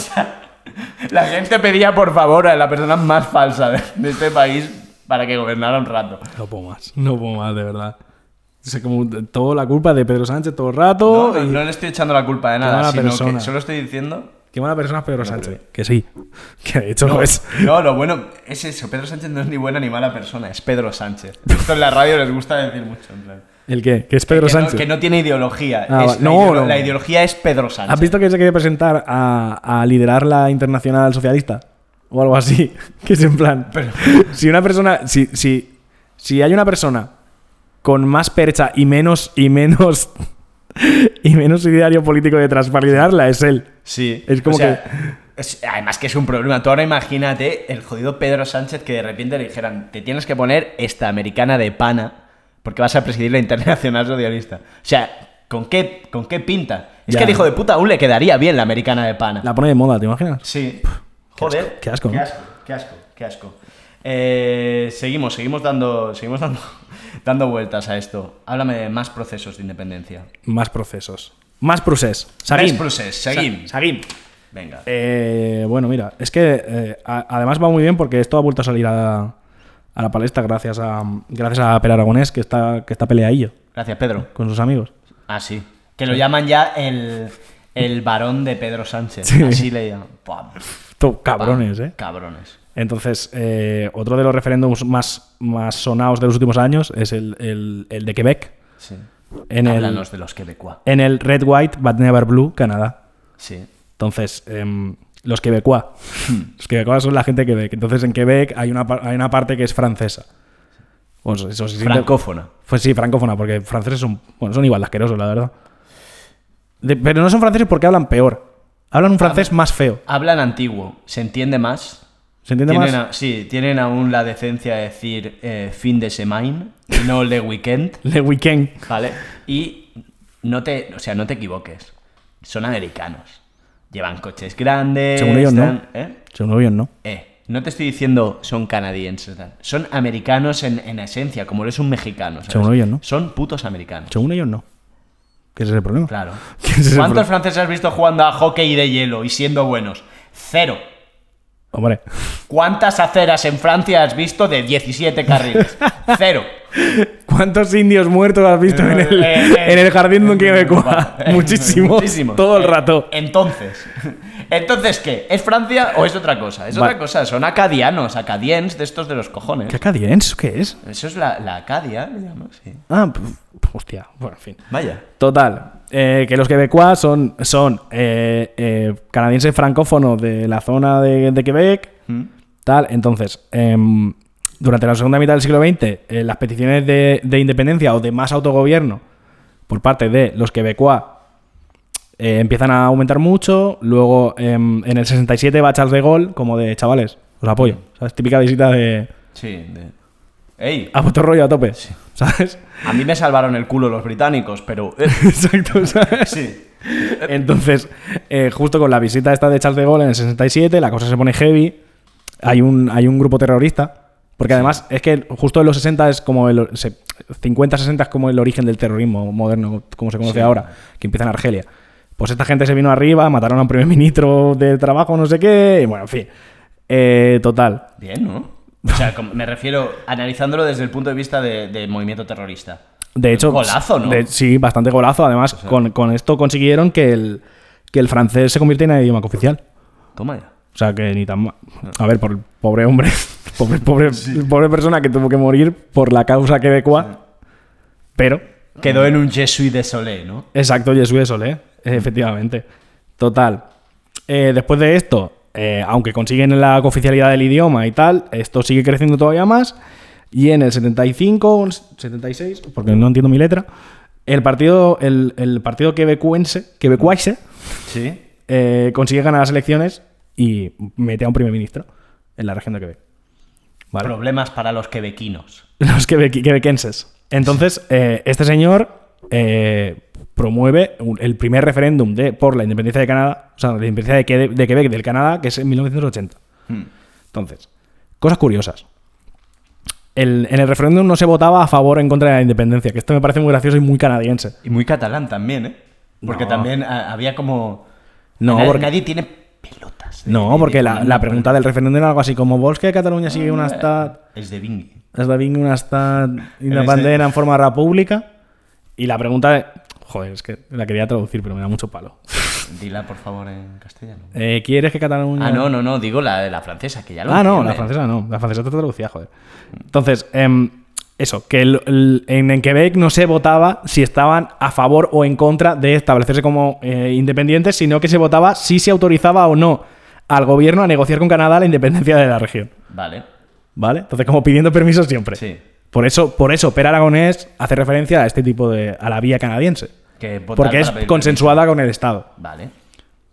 B: La gente pedía por favor a la persona más falsa de, de este país para que gobernara un rato.
C: No puedo más. No puedo más, de verdad. O sea, como toda la culpa de Pedro Sánchez todo el rato.
B: No, no-
C: y-
B: no le estoy echando la culpa de
C: mala
B: nada, sino
C: persona.
B: que solo estoy diciendo
C: Qué mala persona es Pedro Sánchez. Que sí. Que de hecho lo es.
B: [LAUGHS] No, lo bueno es eso. Pedro Sánchez no es ni buena ni mala persona, es Pedro Sánchez. Esto en la radio les gusta decir mucho. En plan.
C: ¿El qué? Que es Pedro
B: que, no,
C: Sánchez.
B: que no tiene ideología.
C: Ah,
B: es
C: va-
B: la,
C: no,
B: ideolo-
C: no.
B: la ideología es Pedro
C: ¿Has
B: Sánchez.
C: visto que se quiere presentar a, a liderar la internacional socialista? O algo así. [LAUGHS] Que es en plan. si una persona. Si, si, si hay una persona con más percha y menos. Y menos. [LAUGHS] Y menos ideario político detrás para liderarla es él.
B: Sí.
C: Es como
B: o sea, es- además que es un problema. Tú ahora imagínate el jodido Pedro Sánchez que de repente le dijeran, te tienes que poner esta americana de pana porque vas a presidir la Internacional Socialista. O sea, ¿con qué, con qué pinta? Es
C: Ya.
B: que al hijo de puta aún le quedaría bien la americana de pana.
C: La pone de moda, ¿te imaginas?
B: Sí.
C: Qué asco,
B: Joder.
C: qué asco,
B: Qué
C: ¿no?
B: asco, qué asco, qué asco. Eh, seguimos, seguimos dando, seguimos dando, [LAUGHS] dando vueltas a esto. Háblame de más procesos de independencia.
C: Más procesos. Más procés.
B: Más
C: Seguim.
B: procesos, seguim.
C: Sa- seguim.
B: Venga.
C: Eh, bueno, mira, es que eh, a- además va muy bien porque esto ha vuelto a salir a, a la palestra gracias a, gracias a Per Aragonés, que está, que está peleadillo
B: Gracias, Pedro.
C: con sus amigos.
B: Ah, sí. Que lo llaman ya el, el varón de Pedro Sánchez.
C: Sí.
B: Así le llaman. Buah,
C: To- cabrones, ¿eh?
B: Cabrones.
C: Entonces, eh, otro de los referéndums más, más sonados de los últimos años es el, el- el de Quebec,
B: Sí.
C: en el,
B: Háblanos de los quebecois.
C: en el Red White But Never Blue, Canadá.
B: Sí.
C: Entonces, em, los quebecois. [LAUGHS] los quebecois son la gente de Quebec. Entonces, en Quebec hay una, par- hay una parte que es francesa. Bueno, eso- eso sí te-
B: Francófona.
C: Pues sí, francófona, porque franceses son, bueno, son igual de asquerosos, la verdad. De- pero no son franceses porque hablan peor.
B: Ah,
C: Hablan un francés más feo.
B: Hablan antiguo, se entiende más.
C: ¿Se entiende
B: tienen
C: más?
B: a- sí, tienen aún la decencia de decir eh, fin de semana, y no le
C: [LAUGHS]
B: weekend,
C: Le weekend.
B: ¿vale? Y no te, o sea, no te equivoques. Son americanos. Llevan coches grandes.
C: Según ellos, no.
B: dan- ¿eh?
C: Según bien, ¿no?
B: Eh, no te estoy diciendo son canadienses, tal. son americanos en, en esencia, como eres un mexicano. ¿sabes?
C: Según ellos, ¿no?
B: Son putos americanos.
C: Según ellos, no. ¿Qué es ese problema?
B: Claro.
C: [LAUGHS] ¿Qué es ese
B: ¿Cuántos
C: problema?
B: franceses has visto jugando a hockey de hielo y siendo buenos? Cero.
C: Hombre,
B: ¿Cuántas aceras en Francia has visto de 17
C: [LAUGHS]
B: carriles? Cero.
C: ¿cuántos indios muertos has visto en el,
B: Eh, eh,
C: en el jardín de un
B: eh,
C: [LAUGHS] Quebecois?
B: vale. [LAUGHS]
C: Muchísimos.
B: Muchísimos.
C: Todo el
B: Eh,
C: rato.
B: Entonces, [LAUGHS] ¿entonces qué? ¿Es Francia o es otra cosa? Es
C: Vale.
B: otra cosa, son acadianos, acadiens de estos de los cojones.
C: ¿Qué cadiense? ¿Qué es?
B: Eso es la, la Acadia, le llaman, sí.
C: Ah, pf, hostia. Bueno, en fin.
B: Vaya.
C: Total, eh, que los quebecois son, son eh, eh, canadienses francófonos de la zona de, de Quebec, tal. Entonces, em, durante la segunda mitad del siglo XX, eh, las peticiones de, de independencia o de más autogobierno por parte de los quebecois eh, empiezan a aumentar mucho. Luego, em, en el 67 va Charles de Gaulle como de chavales, os apoyo. ¿Sabes? Típica visita de...
B: Sí. de- Ey,
C: A vuestro rollo a tope, [LAUGHS] ¿sabes?
B: a mí me salvaron el culo los británicos, pero... eh,
C: [LAUGHS] Exacto, ¿sabes?
B: sí.
C: Entonces, eh, justo con la visita esta de Charles de Gaulle en el 67, la cosa se pone heavy. Hay un, hay un grupo terrorista. Porque además es que justo en los 60 es como el... 50-60 es como el origen del terrorismo moderno, como se conoce
B: Sí.
C: ahora, que empieza en Argelia. Pues esta gente se vino arriba, mataron a un primer [LAUGHS] ministro de trabajo, no sé qué, y bueno, en fin. Eh, total.
B: Bien, ¿no? O sea, como- me refiero analizándolo desde el punto de vista de- del movimiento terrorista.
C: De hecho...
B: Golazo, ¿no?
C: de- sí, bastante golazo. Además, con, con esto consiguieron que el, que el francés se convirtiera en idioma oficial.
B: Toma ya.
C: O sea, que ni tan mal. A ver, por el pobre hombre, [LAUGHS] pobre, pobre, pobre persona que tuvo que morir por la causa quebecua. Pero,
B: Quedó en un Jesuit de Solé, ¿no?
C: exacto, Jesús de Solé, efectivamente. Total. Eh, después de esto, eh, aunque consiguen la oficialidad del idioma y tal, esto sigue creciendo todavía más. Y en el 75, 76, porque no entiendo mi letra, el partido, el, el partido quebecuense, quebecuaise,
B: Sí.
C: eh, consigue ganar las elecciones y mete a un primer ministro en la región de Quebec. ¿Vale?
B: Problemas para los quebequinos.
C: Los quebequi- quebequenses. Entonces, eh, este señor eh, promueve un- el primer referéndum de, por la independencia de Canadá, o sea, la independencia de, Quede- de Quebec del Canadá, que es en 1980. Entonces, cosas curiosas. El- en el referéndum no se votaba a favor o en contra de la independencia, que esto me parece muy gracioso y muy canadiense.
B: Y muy catalán también, ¿eh? Porque
C: No.
B: también ah, había como...
C: No,
B: Nadie-
C: porque-
B: Nadie tiene pelotas. de-
C: No,
B: de-
C: porque
B: de-
C: la, la pregunta del referéndum era algo así como ¿Vols que Cataluña sigue una estat
B: Es de Bingui.
C: Es la vinga una estat independent en forma de república. Y la pregunta de... Joder, es que la quería traducir, pero me da mucho palo.
B: Dila, por favor, en castellano.
C: Eh, ¿Quieres que Cataluña...?
B: Ah, no, no, no, digo la de la francesa, que ya lo
C: Ah, no, la
B: entiende.
C: francesa no. La francesa te traducía, joder. Entonces, em, eso, que el- el- en, en Quebec no se votaba si estaban a favor o en contra de establecerse como eh, independientes, sino que se votaba si se autorizaba o no al gobierno a negociar con Canadá la independencia de la región.
B: Vale.
C: ¿Vale? Entonces, como pidiendo permiso siempre.
B: Sí.
C: Por eso, por eso Per Aragonés hace referencia a este tipo de. a la vía canadiense.
B: Que votar
C: Porque es
B: para pedir
C: consensuada con el Estado.
B: Vale.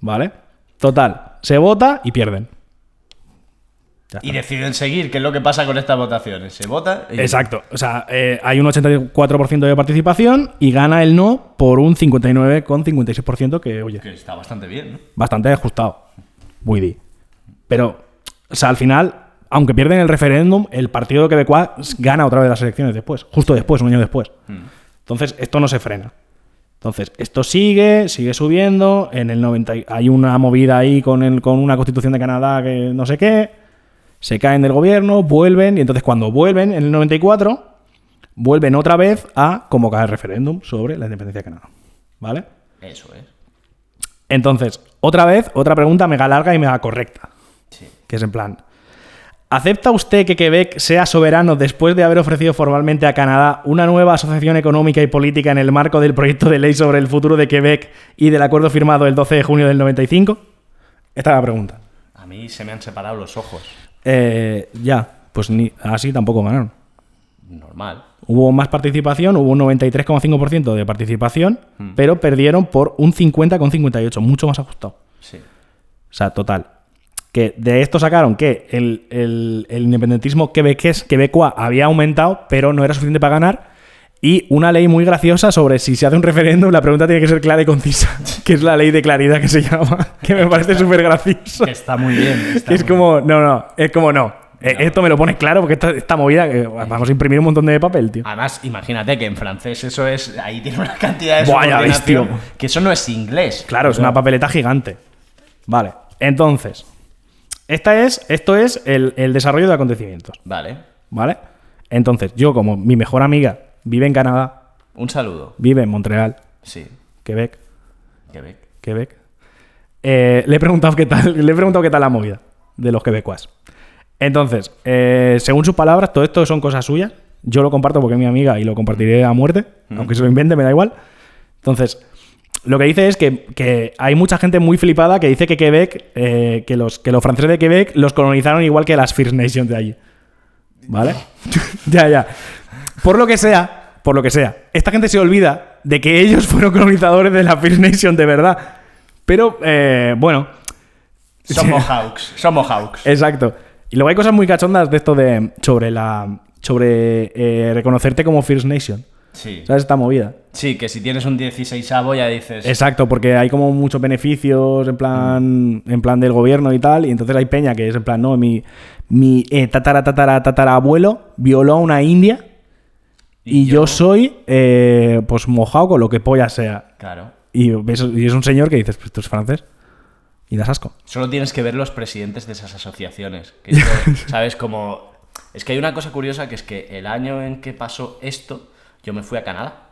C: ¿Vale? Total. Se vota y pierden. Ya
B: Y
C: está.
B: deciden seguir, que es lo que pasa con estas votaciones. Se vota y...
C: Exacto. O sea, eh, hay un 84% de participación y gana el no por un 59,56% que, oye,
B: Que está bastante bien, ¿no?
C: bastante ajustado. Woody. Pero, o sea, al final, aunque pierden el referéndum, el partido quebecois gana otra vez las elecciones después, justo después, un año después. Entonces, esto no se frena. Entonces, esto sigue, sigue subiendo. En el 90 y- hay una movida ahí con, el- con una constitución de Canadá que no sé qué. Se caen del gobierno, vuelven, y entonces cuando vuelven, en el 94, vuelven otra vez a convocar el referéndum sobre la independencia de Canadá. ¿Vale?
B: Eso es.
C: Entonces, otra vez, otra pregunta mega larga y mega correcta.
B: Sí.
C: Que es en plan. ¿Acepta usted que Quebec sea soberano después de haber ofrecido formalmente a Canadá una nueva asociación económica y política en el marco del proyecto de ley sobre el futuro de Quebec y del acuerdo firmado el 12 de junio del 95? Esta es la pregunta.
B: A mí se me han separado los ojos.
C: Eh, ya, pues ni, así tampoco ganaron.
B: Normal.
C: Hubo más participación, hubo un 93,5% de participación, pero perdieron por un 50,58, mucho más ajustado.
B: Sí.
C: O sea, total. Que de esto sacaron que el, el- el independentismo quebequés, quebecua había aumentado, pero no era suficiente para ganar. Y una ley muy graciosa sobre si se hace un referéndum, la pregunta tiene que ser clara y concisa, [LAUGHS] que es la ley de claridad que se llama, [LAUGHS] que me parece súper graciosa.
B: Que está muy
C: [LAUGHS]
B: bien. está
C: Que es
B: muy
C: como, no, no, es como no. Eh, Esto me lo pones claro porque esta, esta movida, que vamos a imprimir un montón de papel, tío.
B: Además, imagínate que en francés eso es. Ahí tiene una cantidad de
C: Buah, ya ves,
B: subordinación
C: tío.
B: Que eso no es inglés.
C: Claro,
B: O
C: es
B: sea,
C: una papeleta gigante. Vale, entonces, esta es, esto es el, el desarrollo de acontecimientos,
B: Vale.
C: ¿vale? Entonces, yo como mi mejor amiga vive en Canadá,
B: Un saludo.
C: vive en Montreal,
B: Sí.
C: Quebec,
B: Quebec.
C: Quebec, eh, le, he preguntado qué tal, [LAUGHS] le he preguntado qué tal la movida de los quebecuas. Entonces, eh, según sus palabras, todo esto son cosas suyas. Yo lo comparto porque es mi amiga y lo compartiré a muerte, aunque se lo invente, me da igual. Entonces, lo que dice es que, que hay mucha gente muy flipada que dice que Quebec, eh, que, los, que los franceses de Quebec los colonizaron igual que las First Nations de allí. ¿Vale? [LAUGHS] ya, ya. Por lo que sea, por lo que sea, esta gente se olvida de que ellos [LAUGHS] fueron colonizadores de la First Nation de verdad. Pero, eh, bueno,
B: Somos Hawks. Somos Hawks.
C: Exacto. Y luego hay cosas muy cachondas de esto de. sobre la. sobre eh, reconocerte como First Nation.
B: Sí.
C: ¿Sabes? Esta movida.
B: Sí, que si tienes un 16avo ya dices.
C: Exacto, porque hay como muchos beneficios en plan. en plan del gobierno y tal. Y entonces hay peña que es en plan, no, mi. mi eh, tatara tatara tatara abuelo violó a una india. Y, yo? soy. eh, pues mojado con lo que polla sea.
B: Claro.
C: Y, ves- y es un señor que dices, pues tú eres francés. Y das asco.
B: Solo tienes que ver los presidentes de esas asociaciones. que esto, ¿Sabes? Como. Es que hay una cosa curiosa que es que el año en que pasó esto, yo me fui a Canadá.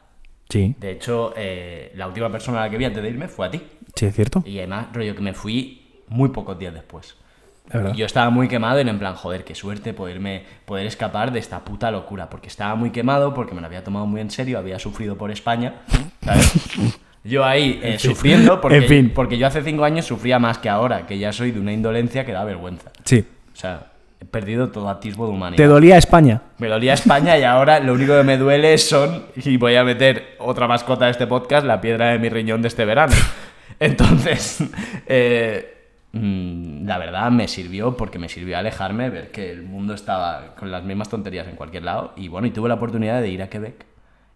C: Sí.
B: De hecho, eh, la última persona a la que vi antes de irme fue a ti.
C: Sí, es cierto.
B: Y además, rollo, que me fui muy pocos días después.
C: Es verdad.
B: Yo estaba muy quemado y era en plan, joder, qué suerte poderme, poder escapar de esta puta locura. Porque estaba muy quemado, porque me lo había tomado muy en serio, había sufrido por España.
C: [LAUGHS]
B: ¿sabes? Yo ahí eh, sufriendo, porque,
C: En fin.
B: porque yo hace cinco años sufría más que ahora, que ya soy de una indolencia que da vergüenza.
C: Sí.
B: O sea, he perdido todo atisbo de humanidad.
C: ¿Te dolía España?
B: Me dolía España y ahora lo único que me duele son, y voy a meter otra mascota de este podcast, la piedra de mi riñón de este verano. Entonces, [LAUGHS] eh, mm, la verdad me sirvió porque me sirvió alejarme, ver que el mundo estaba con las mismas tonterías en cualquier lado. Y bueno, y tuve la oportunidad de ir a Quebec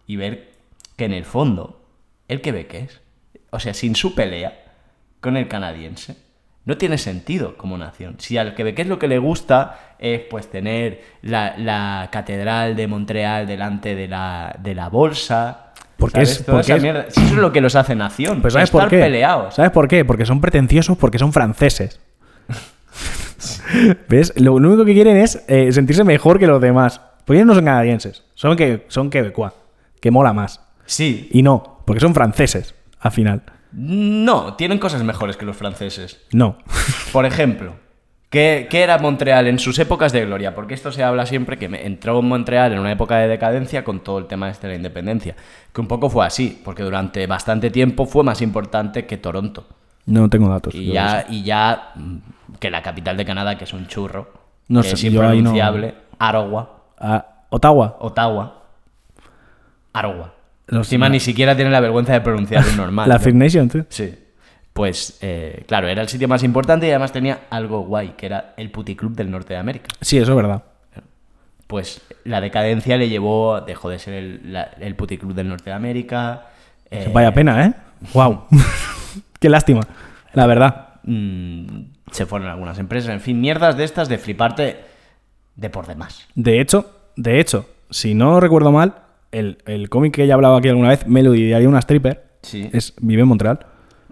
B: y ver que en el fondo, el Quebec es, o sea, sin su pelea, con el canadiense. No tiene sentido como nación. Si al es lo que le gusta es pues tener la, la catedral de Montreal delante de la, de la bolsa.
C: Porque
B: ¿sabes?
C: es-
B: Toda
C: porque
B: esa
C: es-
B: mierda. Si eso es lo que los hace nación.
C: Pues ¿sabes
B: estar
C: por qué?
B: peleados.
C: ¿Sabes por qué? Porque son pretenciosos, porque
B: [LAUGHS]
C: son franceses. ¿Ves? Lo único que quieren es eh, sentirse mejor que los demás. Porque ellos no son canadienses, son, que, son quebecuá, que mola más.
B: Sí.
C: Y no, porque son franceses, al final.
B: No, tienen cosas mejores que los franceses.
C: No. [LAUGHS]
B: Por ejemplo, ¿qué, qué era Montreal en sus épocas de gloria? Porque esto se habla siempre que me- entró en Montreal en una época de decadencia con todo el tema este de la independencia. Que un poco fue así, porque durante bastante tiempo fue más importante que Toronto.
C: No tengo datos.
B: Y
C: yo
B: ya, y ya mm, que la capital de Canadá, que es un churro,
C: No
B: que
C: sé,
B: es
C: yo ahí no-
B: impronunciable, Aragua,
C: qué sé. Ah, Ottawa.
B: Ottawa, Aragua.
C: Lo
B: Encima
C: sé.
B: ni siquiera tiene la vergüenza de
C: [LAUGHS]
B: pronunciarlo normal.
C: la
B: ¿no?
C: First Nation, tío.
B: Sí. Pues, eh, claro, era el sitio más importante y además tenía algo guay, que era el puticlub del norte de América.
C: Sí, eso es verdad.
B: Pues la decadencia le llevó, dejó de ser el, la- el puticlub del norte de América. eh,
C: Vaya pena, ¿eh? ¡Wow! [LAUGHS] ¡Qué lástima! La verdad.
B: mm, se fueron algunas empresas, en fin, mierdas de estas de fliparte de por demás.
C: De hecho, de hecho, si no recuerdo mal, el, el cómic que ya hablaba aquí alguna vez, Melody Diario una stripper,
B: Sí.
C: es, vive en Montreal.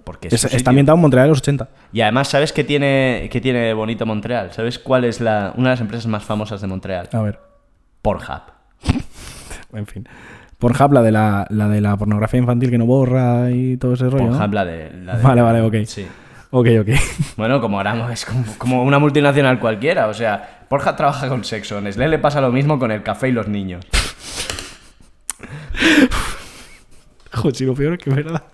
B: Porque es
C: Es,
B: su
C: está
B: sitio.
C: ambientado en Montreal en los 80.
B: Y además, ¿sabes qué tiene, qué tiene de bonito Montreal? ¿Sabes cuál es la, una de las empresas más famosas de Montreal?
C: A ver,
B: Pornhub.
C: en fin. Pornhub, la de la, la de la pornografía infantil que no borra y todo ese rollo. ¿no?
B: Pornhub, la de, la de-
C: Vale, vale, ok.
B: Sí.
C: Ok, ok. [LAUGHS]
B: Bueno, como Aramo es como, como una multinacional cualquiera, o sea, Porja trabaja con sexo, Nestlé le pasa lo mismo con el café y los niños.
C: Joder, si lo peor es que es verdad. [LAUGHS]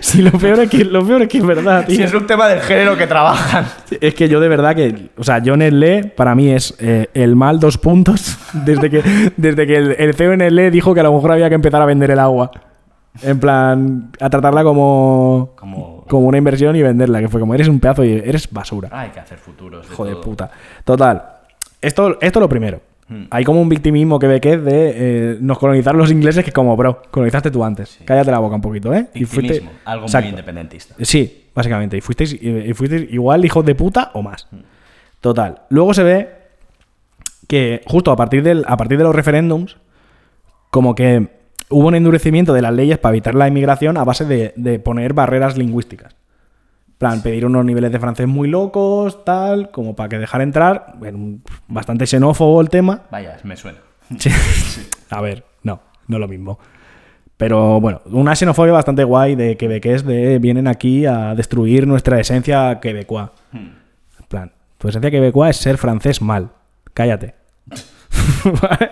C: Si lo peor es que, lo peor es, que es verdad,
B: Si
C: tío.
B: es un tema del género que trabajan.
C: Es que yo de verdad que, o sea, John Nestlé para mí es eh, el mal dos puntos [LAUGHS] desde que, desde que el, el CEO en Nestlé dijo que a lo mejor había que empezar a vender el agua. En plan, a tratarla como,
B: Como-
C: una inversión y venderla, que fue como eres un pedazo y eres basura.
B: Ah, hay que hacer futuros. de
C: Hijo de
B: todo.
C: puta. Total, esto, esto lo primero.
B: Hmm.
C: Hay como un victimismo que ve que es de eh, nos colonizaron los ingleses, que es como, bro, colonizaste tú antes. Cállate la boca un poquito, ¿eh?
B: Victimismo, algo
C: Exacto.
B: muy independentista.
C: Sí, básicamente. Y fuisteis, y- y fuisteis igual hijos de puta o más. Total. Luego se ve que justo a partir, del, a partir de los referéndums, como que hubo un endurecimiento de las leyes para evitar la inmigración a base de, de poner barreras lingüísticas. En plan, pedir unos niveles de francés muy locos, tal, como para que dejar entrar. Bueno, bastante xenófobo el tema.
B: Vaya, me suena.
C: Sí. [LAUGHS] A ver, no, no es lo mismo. Pero bueno, una xenofobia bastante guay de quebequés de vienen aquí a destruir nuestra esencia quebecua. En plan, tu esencia quebecua es ser francés mal. Cállate. [LAUGHS] Vale.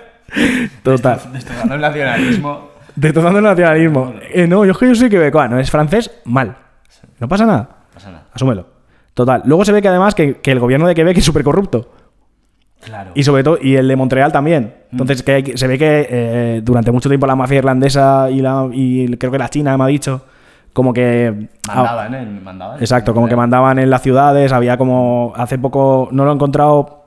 C: Total.
B: Destrozando el nacionalismo.
C: Detonando el nacionalismo. Eh, no, yo es que yo soy quebecua, no es francés mal. No pasa nada.
B: No pasa nada.
C: Asúmelo. Total. Luego se ve que además que, que el gobierno de Quebec es súper corrupto.
B: Claro.
C: Y sobre todo, y el de Montreal también. Entonces, que hay que- se ve que eh, durante mucho tiempo la mafia irlandesa y, la, y creo que la China, me ha dicho, como que...
B: Mandaban, ¿eh? Mandaban.
C: Ah. Exacto, como que mandaban en las ciudades, había como... Hace poco, no lo he encontrado,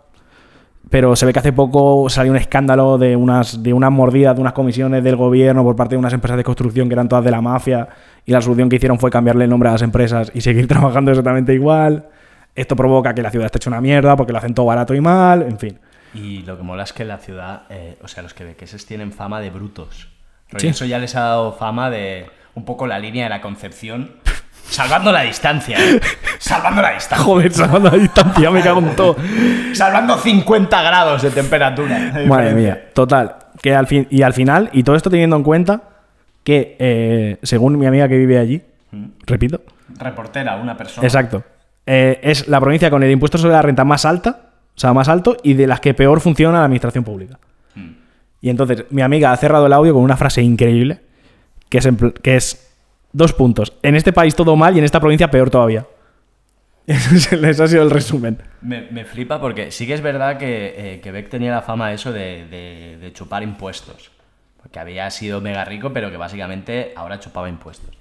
C: pero se ve que hace poco salió un escándalo de unas, de unas mordidas, de unas comisiones del gobierno por parte de unas empresas de construcción que eran todas de la mafia, y la solución que hicieron fue cambiarle el nombre a las empresas y seguir [LAUGHS] trabajando exactamente igual. Esto provoca que la ciudad esté hecha una mierda porque lo hacen todo barato y mal, en fin.
B: Y lo que mola es que la ciudad, eh, o sea, los quebequeses tienen fama de brutos. Rollo,
C: Sí.
B: Eso ya les ha dado fama de un poco la línea de la concepción. Salvando la distancia, ¿eh? Salvando la distancia.
C: Joder, salvando la distancia, me cago en todo.
B: Salvando 50 grados de temperatura. de
C: Madre
B: diferencia.
C: mía. Total, que al fin, y al final, y todo esto teniendo en cuenta que, eh, según mi amiga que vive allí, repito,
B: Reportera, una persona.
C: exacto, eh, es la provincia con el impuesto sobre la renta más alta, o sea, más alto, y de las que peor funciona la administración pública. Y entonces, mi amiga ha cerrado el audio con una frase increíble, que es, en pl- que es dos puntos. En este país todo mal y en esta provincia peor todavía. [LAUGHS] Ese ha sido el resumen.
B: Me, me flipa porque sí que es verdad que eh, Quebec tenía la fama de eso de, de- de chupar impuestos. Porque había sido mega rico, pero que básicamente ahora chupaba impuestos.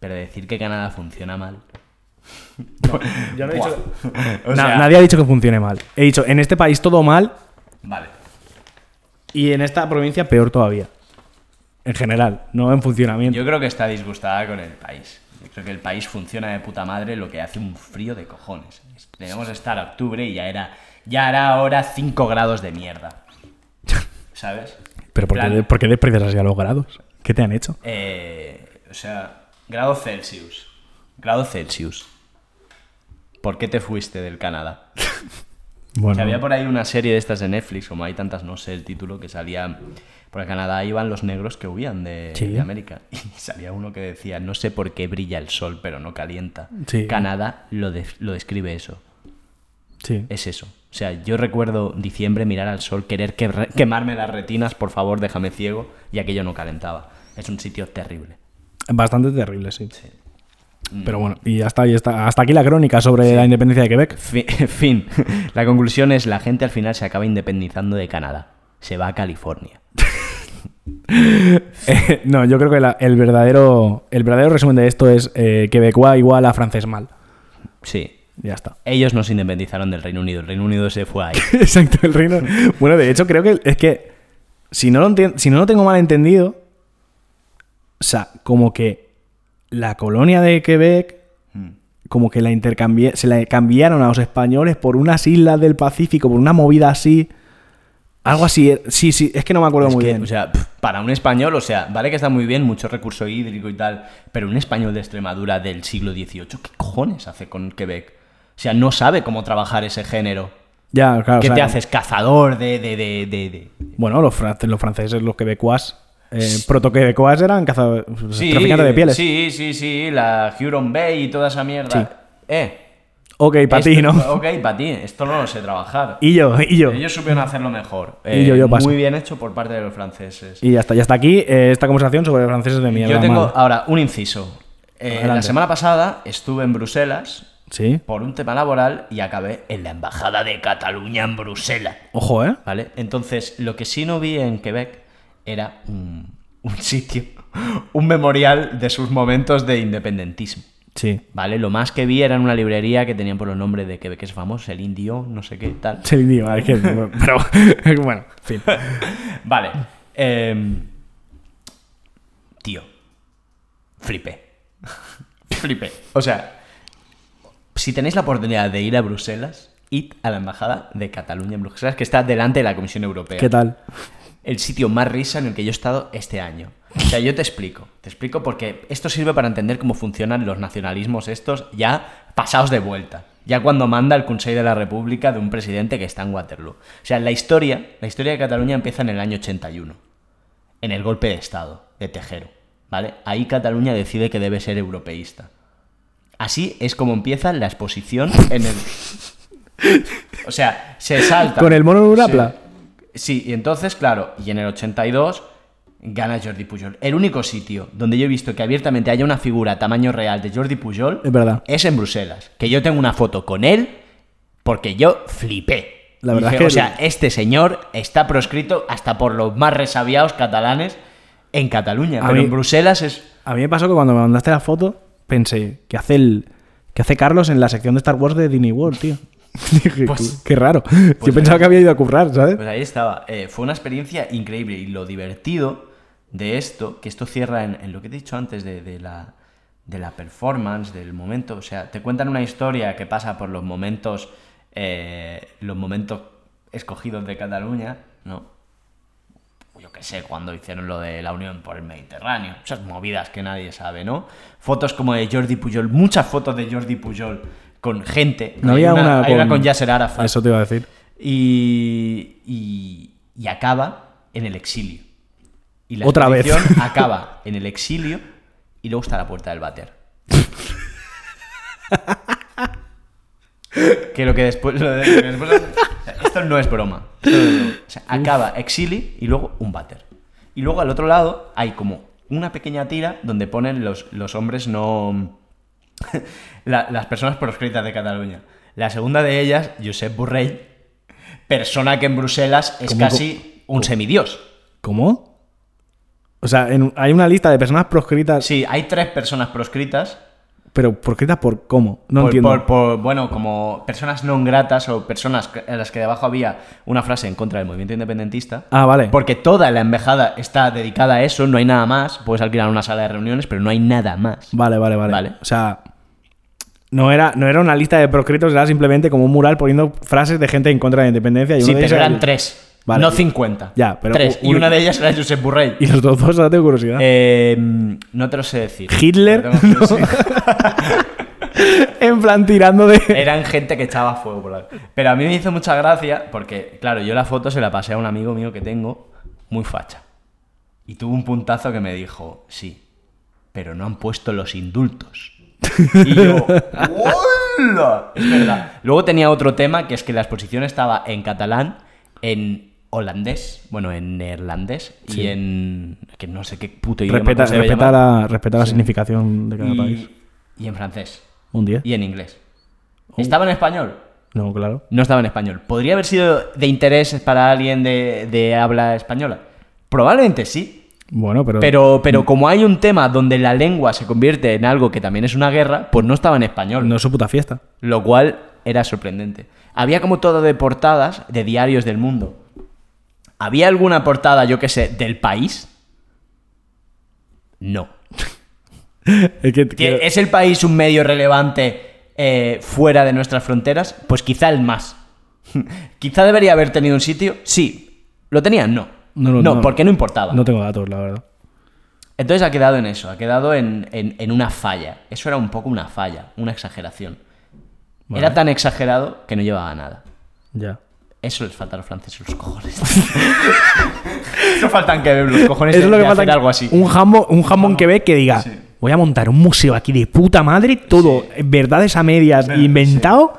B: Pero decir que Canadá funciona mal.
C: Yo no he
B: Buah.
C: dicho-
B: O
C: Na-
B: sea,
C: nadie ha dicho que funcione mal. He dicho, en este país todo mal
B: Vale.
C: y en esta provincia peor todavía. En general, no en funcionamiento.
B: Yo creo que está disgustada con el país. Yo creo que el país funciona de puta madre, lo que hace un frío de cojones. Debemos estar a octubre y ya era. Ya era ahora 5 grados de
C: [LAUGHS]
B: mierda. ¿Sabes?
C: Pero ¿por qué,
B: Plan-
C: de- por qué desprecias así a los grados? ¿Qué te han hecho?
B: Eh, o sea, grado Celsius. Grado Celsius. ¿Por qué te fuiste del Canadá?
C: Bueno,
B: Que había por ahí una serie de estas de Netflix, como hay tantas, no sé el título, que salía. Por el Canadá iban los negros que huían de,
C: Sí.
B: de América. [LAUGHS] Y salía uno que decía, no sé por qué brilla el sol, pero no calienta.
C: Sí.
B: Canadá lo, de- lo describe eso.
C: sí.
B: Es eso. O sea, yo recuerdo diciembre mirar al sol, querer quebra- quemarme las retinas, por favor, déjame ciego, y aquello no calentaba. Es un sitio terrible.
C: Bastante terrible, sí. Pero bueno, y hasta, ahí está, hasta aquí la crónica sobre la independencia de Quebec. [LAUGHS]
B: Fi- [LAUGHS] Fin. La conclusión es la gente al final se acaba independizando de Canadá. Se va a California.
C: Eh, no, yo creo que la- el, verdadero, el verdadero resumen de esto es eh, Quebecois igual a francés mal.
B: Sí.
C: Ya está.
B: Ellos nos independizaron del Reino Unido. El Reino Unido se
C: [LAUGHS]
B: fue ahí.
C: Exacto, el reino. Bueno, de hecho, creo que es que si no lo, entien- si no lo tengo mal entendido, o sea, como que la colonia de Quebec,
B: Hmm.
C: como que la intercambié, se la cambiaron a los españoles por unas islas del Pacífico, por una movida así. Algo así, eh, sí, sí, es que no me acuerdo
B: Es
C: muy
B: que,
C: bien.
B: O sea, pf, para un español, o sea, vale que está muy bien, mucho recurso hídrico y tal, pero un español de Extremadura del siglo XVIII, ¿qué cojones hace con Quebec? O sea, no sabe cómo trabajar ese género.
C: ya, claro. o
B: ¿Qué
C: sea,
B: te haces? Cazador de... de, de, de, de-
C: Bueno, los, fran- los franceses, los quebecuas, Eh, protoque de Coas eran caza- traficantes Pues de pieles.
B: Sí, sí, sí, la Huron Bay y toda esa mierda.
C: Sí.
B: Eh.
C: Ok, para
B: esto-
C: ti, ¿no?
B: [LAUGHS] Ok, para ti. Esto no lo sé trabajar.
C: Y yo, y yo.
B: Ellos supieron hacerlo mejor. Eh,
C: Y yo- yo paso.
B: Muy bien hecho por parte de los franceses.
C: Y ya está, ya está aquí eh, esta conversación sobre franceses de mierda.
B: yo tengo
C: mal.
B: ahora un inciso. Eh, la
C: Adelante.
B: semana pasada estuve en Bruselas
C: Sí.
B: por un tema laboral y acabé en la Embajada de Cataluña en Bruselas.
C: Ojo, ¿eh?
B: ¿Vale? Entonces, lo que sí no vi en Quebec era un, un sitio, [LAUGHS] un memorial de sus momentos de independentismo.
C: Sí. [LAUGHS]
B: ¿Vale? Lo más que vi era en una librería que tenían por los nombres de Quebec, es famoso, el indio, no sé qué, tal.
C: Sí, digo, es que- pero [LAUGHS] bueno, en fin.
B: Vale. em, tío. Flipé. Flipé. O sea, si tenéis la oportunidad de ir a Bruselas, id a la embajada de Cataluña en Bruselas, que está delante de la Comisión Europea.
C: ¿Qué tal?
B: el sitio más risa en el que yo he estado este año. O sea, yo te explico, te explico porque esto sirve para entender cómo funcionan los nacionalismos estos ya pasados de vuelta, ya cuando manda el Consejo de la República de un presidente que está en Waterloo. O sea, la historia, la historia de Cataluña empieza en el año 81, en el golpe de Estado de Tejero, ¿vale? Ahí Cataluña decide que debe ser europeísta. Así es como empieza la exposición en el... O sea, se salta...
C: Con el mono en una
B: Sí.
C: pla.
B: Sí, y entonces, claro, y en el 82 gana Jordi Pujol. El único sitio donde yo he visto que abiertamente haya una figura a tamaño real de Jordi Pujol
C: Es verdad.
B: es en Bruselas. Que yo tengo una foto con él porque yo flipé.
C: La verdad
B: Dije,
C: es que-
B: O sea, este señor está proscrito hasta por los más resabiados catalanes en Cataluña.
C: A
B: pero
C: mí-
B: en Bruselas es...
C: A mí me pasó que cuando me mandaste la foto, pensé, ¿qué hace el que hace Carlos en la sección de Star Wars de Disney World, tío? [LAUGHS] Dije,
B: Pues-
C: qué raro. Yo pensaba que había ido a currar, ¿sabes?
B: Pues ahí estaba. Eh, fue una experiencia increíble. Y lo divertido de esto, que esto cierra en, en lo que te he dicho antes de, de la, de la performance, del momento. O sea, te cuentan una historia que pasa por los momentos, eh, los momentos escogidos de Cataluña, ¿no? Yo qué sé, cuando hicieron lo de la Unión por el Mediterráneo. Esas movidas que nadie sabe, ¿no? Fotos como de Jordi Pujol, muchas fotos de Jordi Pujol con gente.
C: no
B: Hay
C: había una,
B: hay una con Yasser Arafat.
C: Eso te iba a decir.
B: Y, y- y acaba en el exilio. Y la
C: Otra vez.
B: expedición
C: [LAUGHS]
B: acaba en el exilio y luego está la puerta del
C: [LAUGHS]
B: váter. que lo que después... lo de- lo que después- esto no es broma. Esto no es broma. O sea, acaba exilio y luego un váter. Y luego al otro lado hay como una pequeña tira donde ponen los, los hombres no... la- las personas proscritas de Cataluña. La segunda de ellas, Josep Borrell, persona que en Bruselas es
C: ¿Cómo,
B: casi un semidios.
C: ¿Cómo? O sea, en- hay una lista de personas proscritas,
B: Sí, hay tres personas proscritas.
C: pero proscritas por cómo? No
B: por,
C: entiendo.
B: por- por, bueno, como personas no gratas o personas que- en las que debajo había una frase en contra del movimiento independentista.
C: Ah, vale.
B: Porque toda la embajada está dedicada a eso, no hay nada más. Puedes alquilar una sala de reuniones, pero no hay nada más.
C: Vale, vale, vale,
B: Vale.
C: O sea, no era, no era una lista de proscritos, era simplemente como un mural poniendo frases de gente en contra de la independencia. Y
B: Sí,
C: uno de
B: pero
C: ellos era
B: eran
C: el-
B: tres,
C: Vale.
B: no 50.
C: Ya, pero
B: Tres.
C: u-
B: y
C: un-
B: una de ellas era Josep Borrell.
C: Y los otros dos, ahora tengo curiosidad.
B: Eh, no te lo sé decir.
C: Hitler,
B: Pero tengo que decir.
C: en plan, tirando
B: [LAUGHS]
C: de.
B: Eran gente que echaba fuego por la... Pero a mí me hizo mucha gracia porque, claro, yo la foto se la pasé a un amigo mío que tengo, muy facha. Y tuvo un puntazo que me dijo, sí, pero no han puesto los indultos. Y yo, "Hola". Es verdad. Luego tenía otro tema que es que la exposición estaba en catalán, en holandés, bueno, en neerlandés y en... que no sé qué puto idioma
C: Respeta,
B: cómo se debe
C: respeta
B: llamar.
C: la, respeta la significación de cada país.
B: y, y en francés.
C: Un 10.
B: Y en inglés.
C: Oh.
B: Estaba en español,
C: No, claro.
B: no estaba en español. ¿Podría haber sido de interés para alguien de, de habla española? Probablemente sí.
C: Bueno, pero. mm.
B: Pero, pero como hay un tema donde la lengua se convierte en algo que también es una guerra, pues no estaba en español.
C: No es su puta fiesta. [LAUGHS]
B: Lo cual era sorprendente. Había como todo de portadas de diarios del mundo. ¿Había alguna portada, yo qué sé, del país? No.
C: Es que.
B: ¿Que ¿Es el país un medio relevante eh, fuera de nuestras fronteras? Pues quizá el
C: [LAUGHS]
B: más. quizá debería haber tenido un sitio. Sí. ¿Lo tenía? No.
C: No, no, no.
B: porque no importaba.
C: No tengo datos, la verdad.
B: Entonces ha quedado en eso, ha quedado en, en- en una falla. Eso era un poco una falla, una exageración.
C: Vale.
B: Era tan exagerado que no llevaba a nada.
C: Ya.
B: Eso les falta a los franceses, los
C: [LAUGHS]
B: cojones. [LAUGHS] no faltan que los cojones
C: Eso es
B: de-
C: lo que
B: de
C: falta.
B: hacer algo así.
C: Un jambo, un jambo en Quebec que diga,
B: Sí.
C: voy a montar un museo aquí de puta madre, todo verdades a medias
B: Verdad,
C: inventado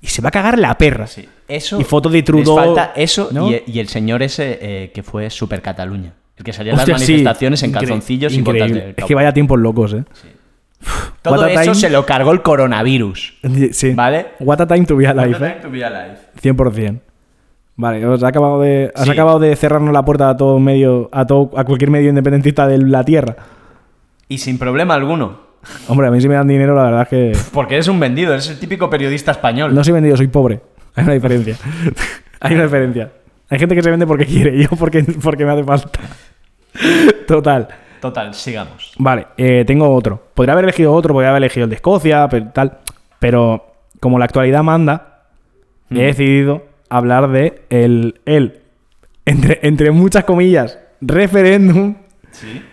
C: y se va a cagar la perra.
B: Sí. Eso
C: Y fotos de
B: les
C: Trudeau,
B: falta eso
C: ¿no?
B: y, y el señor ese eh, que fue Super Cataluña. El que salía en las
C: Hostia, sí.
B: manifestaciones en
C: Incre-
B: calzoncillos y botas de
C: increíble. Es que vaya tiempos locos, eh.
B: Todo
C: what a
B: eso
C: time.
B: se lo cargó el coronavirus.
C: Sí.
B: Vale.
C: What a time to be alive, eh. 100%. Vale, os ha acabado de, has
B: Sí.
C: acabado de cerrarnos la puerta a todo medio, a todo, a cualquier medio independentista de la tierra.
B: Y sin problema alguno.
C: Hombre, a mí si me dan dinero, la verdad es que.
B: Porque eres un vendido, eres el típico periodista español.
C: No soy vendido, soy pobre. Hay una diferencia. [LAUGHS] Hay una diferencia. Hay gente que se vende porque quiere, yo porque, porque me hace falta. [LAUGHS] Total.
B: Total, sigamos.
C: Vale, eh, tengo otro. Podría haber elegido otro, podría haber elegido el de Escocia, pero tal. Pero como la actualidad manda, he decidido hablar de el, el entre, entre muchas comillas, referéndum
B: Sí.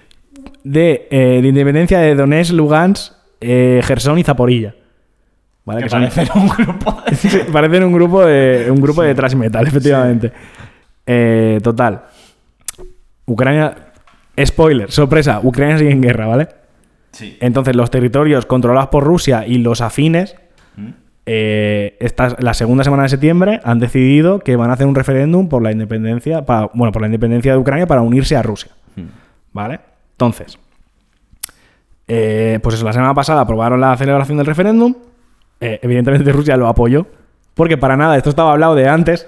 C: de eh, la independencia de Donetsk, Lugansk, eh, Gerson y Zaporilla. ¿Vale?
B: Que
C: Que son-
B: parecen [LAUGHS] un grupo de-
C: Sí, [LAUGHS] Parecen un grupo de un grupo de thrash metal, efectivamente. Eh, total. Ucrania. Spoiler, sorpresa, Ucrania sigue en guerra, ¿vale?
B: [LAUGHS] Sí.
C: Entonces, los territorios controlados por Rusia y los afines,
B: ¿Mm?
C: eh, esta- la segunda semana de septiembre, han decidido que van a hacer un referéndum por la independencia, pa- bueno, por la independencia de Ucrania para unirse a Rusia.
B: ¿Mm?
C: ¿Vale? Entonces, eh, pues eso, la semana pasada aprobaron la celebración del referéndum. Eh, evidentemente Rusia lo apoyó. Porque para nada, esto estaba hablado de antes.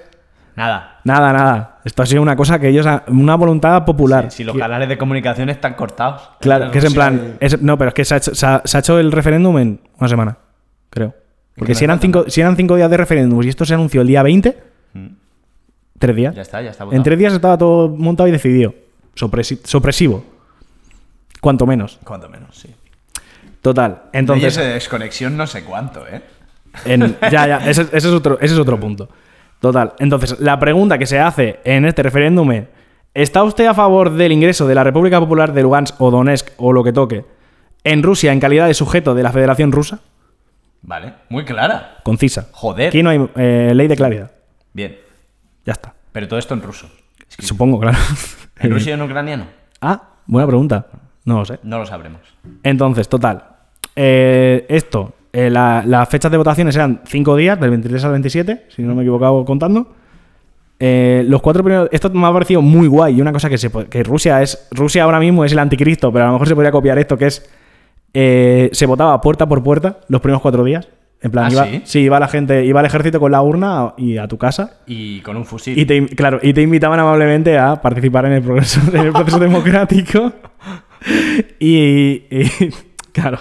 B: Nada.
C: Nada, nada. Esto ha sido una cosa que ellos... han- una voluntad popular.
B: Si los
C: Que-
B: canales de comunicación están cortados.
C: Claro, que es en plan...
B: Sí.
C: es- no, pero es que se ha, hecho, se ha- se ha hecho el referéndum en una semana, creo. Porque
B: no
C: si eran,
B: falta
C: cinco, si eran cinco días de referéndum y esto se anunció el día 20,
B: Mm.
C: tres días.
B: Ya está, ya está. votado.
C: en tres días estaba todo montado y decidido. Sorpresi- sorpresivo. Cuanto menos.
B: Cuanto menos, sí.
C: Total. Entonces...
B: Entonces, de desconexión no sé cuánto, ¿eh?
C: En- ya, ya, ese, ese es otro, ese es otro punto. Total. Entonces, la pregunta que se hace en este referéndum es: ¿está usted a favor del ingreso de la República Popular de Lugansk o Donetsk o lo que toque en Rusia en calidad de sujeto de la Federación Rusa?
B: Vale. Muy clara.
C: Concisa.
B: Joder.
C: Aquí no hay eh, ley de claridad.
B: Bien.
C: Ya está.
B: Pero todo esto en ruso.
C: Supongo, claro.
B: ¿En ruso y en ucraniano?
C: [LAUGHS] ah, buena pregunta. No lo sé.
B: No lo sabremos.
C: Entonces, total. eh, esto, eh, la- las fechas de votaciones eran 5 días, del 23 al 27, si no me he equivocado contando. Eh, los cuatro primeros. Esto me ha parecido muy guay. Y una cosa que, se, po- que Rusia es. Rusia ahora mismo es el anticristo, pero a lo mejor se podría copiar esto, que es. eh, se votaba puerta por puerta los primeros cuatro días. En plan,
B: ¿Ah,
C: iba,
B: sí?
C: iba la gente, iba el ejército con la urna a- y a tu casa.
B: Y con un fusil. [LAUGHS]
C: Y te, in- claro, y te invitaban amablemente a participar en el proceso, en el proceso democrático. Y, [LAUGHS] y- claro.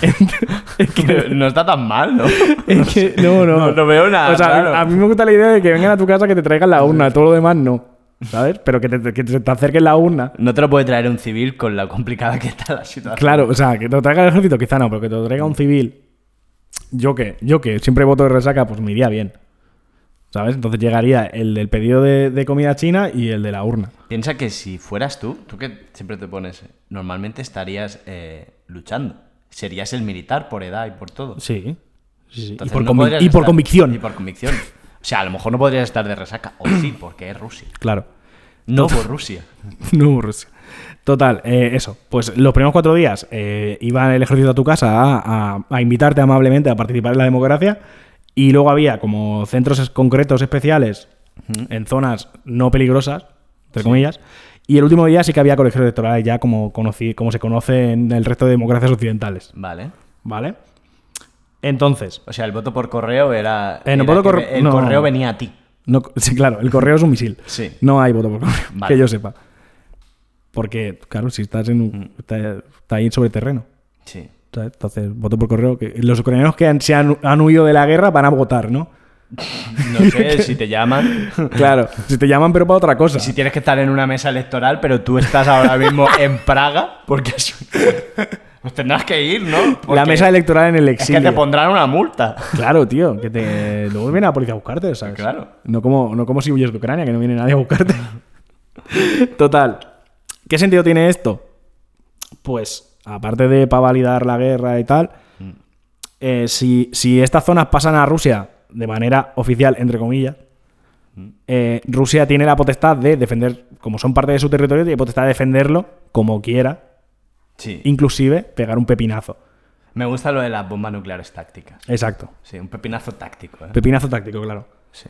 C: Es que-
B: no está tan mal, ¿no?
C: [LAUGHS] es que- no, no.
B: No, no veo nada
C: O sea,
B: raro.
C: a mí me gusta la idea de que vengan a tu casa que te traigan la urna, todo lo demás no. ¿Sabes? Pero que te, que te- te acerquen la urna.
B: No te lo puede traer un civil con la complicada que está la situación.
C: Claro, o sea, que te lo traiga el ejército, quizá no, pero que te lo traiga un civil. Yo que, yo que siempre voto de resaca, pues me iría bien. ¿Sabes? Entonces llegaría el del pedido de- de comida china y el de la urna.
B: Piensa que si fueras tú, tú que siempre te pones, eh, normalmente estarías eh, luchando. Serías el militar por edad y por todo.
C: Sí.
B: Entonces,
C: y por,
B: no
C: convi-
B: podrías
C: y por
B: estar-
C: convicción.
B: Y por convicción. O sea, a lo mejor no podrías estar de resaca. O sí, porque es Rusia.
C: Claro. [LAUGHS]
B: No por Rusia.
C: No aburrirse. Total, eh, eso. Pues los primeros cuatro días eh, iba el ejército a tu casa a, a- a invitarte amablemente a participar en la democracia. Y luego había como centros es- concretos especiales en zonas no peligrosas, entre comillas. Y el último día sí que había colegios electorales, ya como, conocí, como se conoce en el resto de democracias occidentales.
B: Vale.
C: ¿Vale? Entonces,
B: O sea, el voto por correo era.
C: Eh, no,
B: era
C: voto
B: que
C: corre-
B: ve- el
C: no.
B: correo venía a ti.
C: No, [LAUGHS] sí, claro, el correo es un misil.
B: Sí.
C: No hay voto por correo, [LAUGHS]
B: Vale.
C: que yo sepa. Porque, claro, si estás en
B: Mm.
C: un- está, está ahí sobre terreno.
B: Sí.
C: ¿sabes? Entonces, voto por correo. Que los ucranianos que han, se han, han huido de la guerra van a
B: [LAUGHS]
C: votar, ¿no?
B: No sé [LAUGHS] si te llaman.
C: Claro, si te llaman, pero para otra cosa.
B: Y si tienes que estar en una mesa electoral, pero tú estás ahora
C: [LAUGHS]
B: mismo en Praga, porque es- pues tendrás que ir, ¿no? Porque
C: la mesa electoral en el
B: es
C: exilio.
B: que te pondrán una multa.
C: Claro, tío, que te luego viene la policía a buscarte, ¿sabes?
B: Claro.
C: No como, no como si huyes de Ucrania, que no viene nadie a buscarte. Total. ¿Qué sentido tiene esto? Pues, aparte de para validar la guerra y tal, eh, si, si estas zonas pasan a Rusia de manera oficial, entre comillas, eh, Rusia tiene la potestad de defender, como son parte de su territorio, tiene potestad de defenderlo como quiera,
B: Sí.
C: inclusive pegar un pepinazo.
B: Me gusta lo de las bombas nucleares tácticas.
C: Exacto.
B: Sí, un pepinazo táctico. ¿eh?
C: Pepinazo táctico, claro.
B: Sí.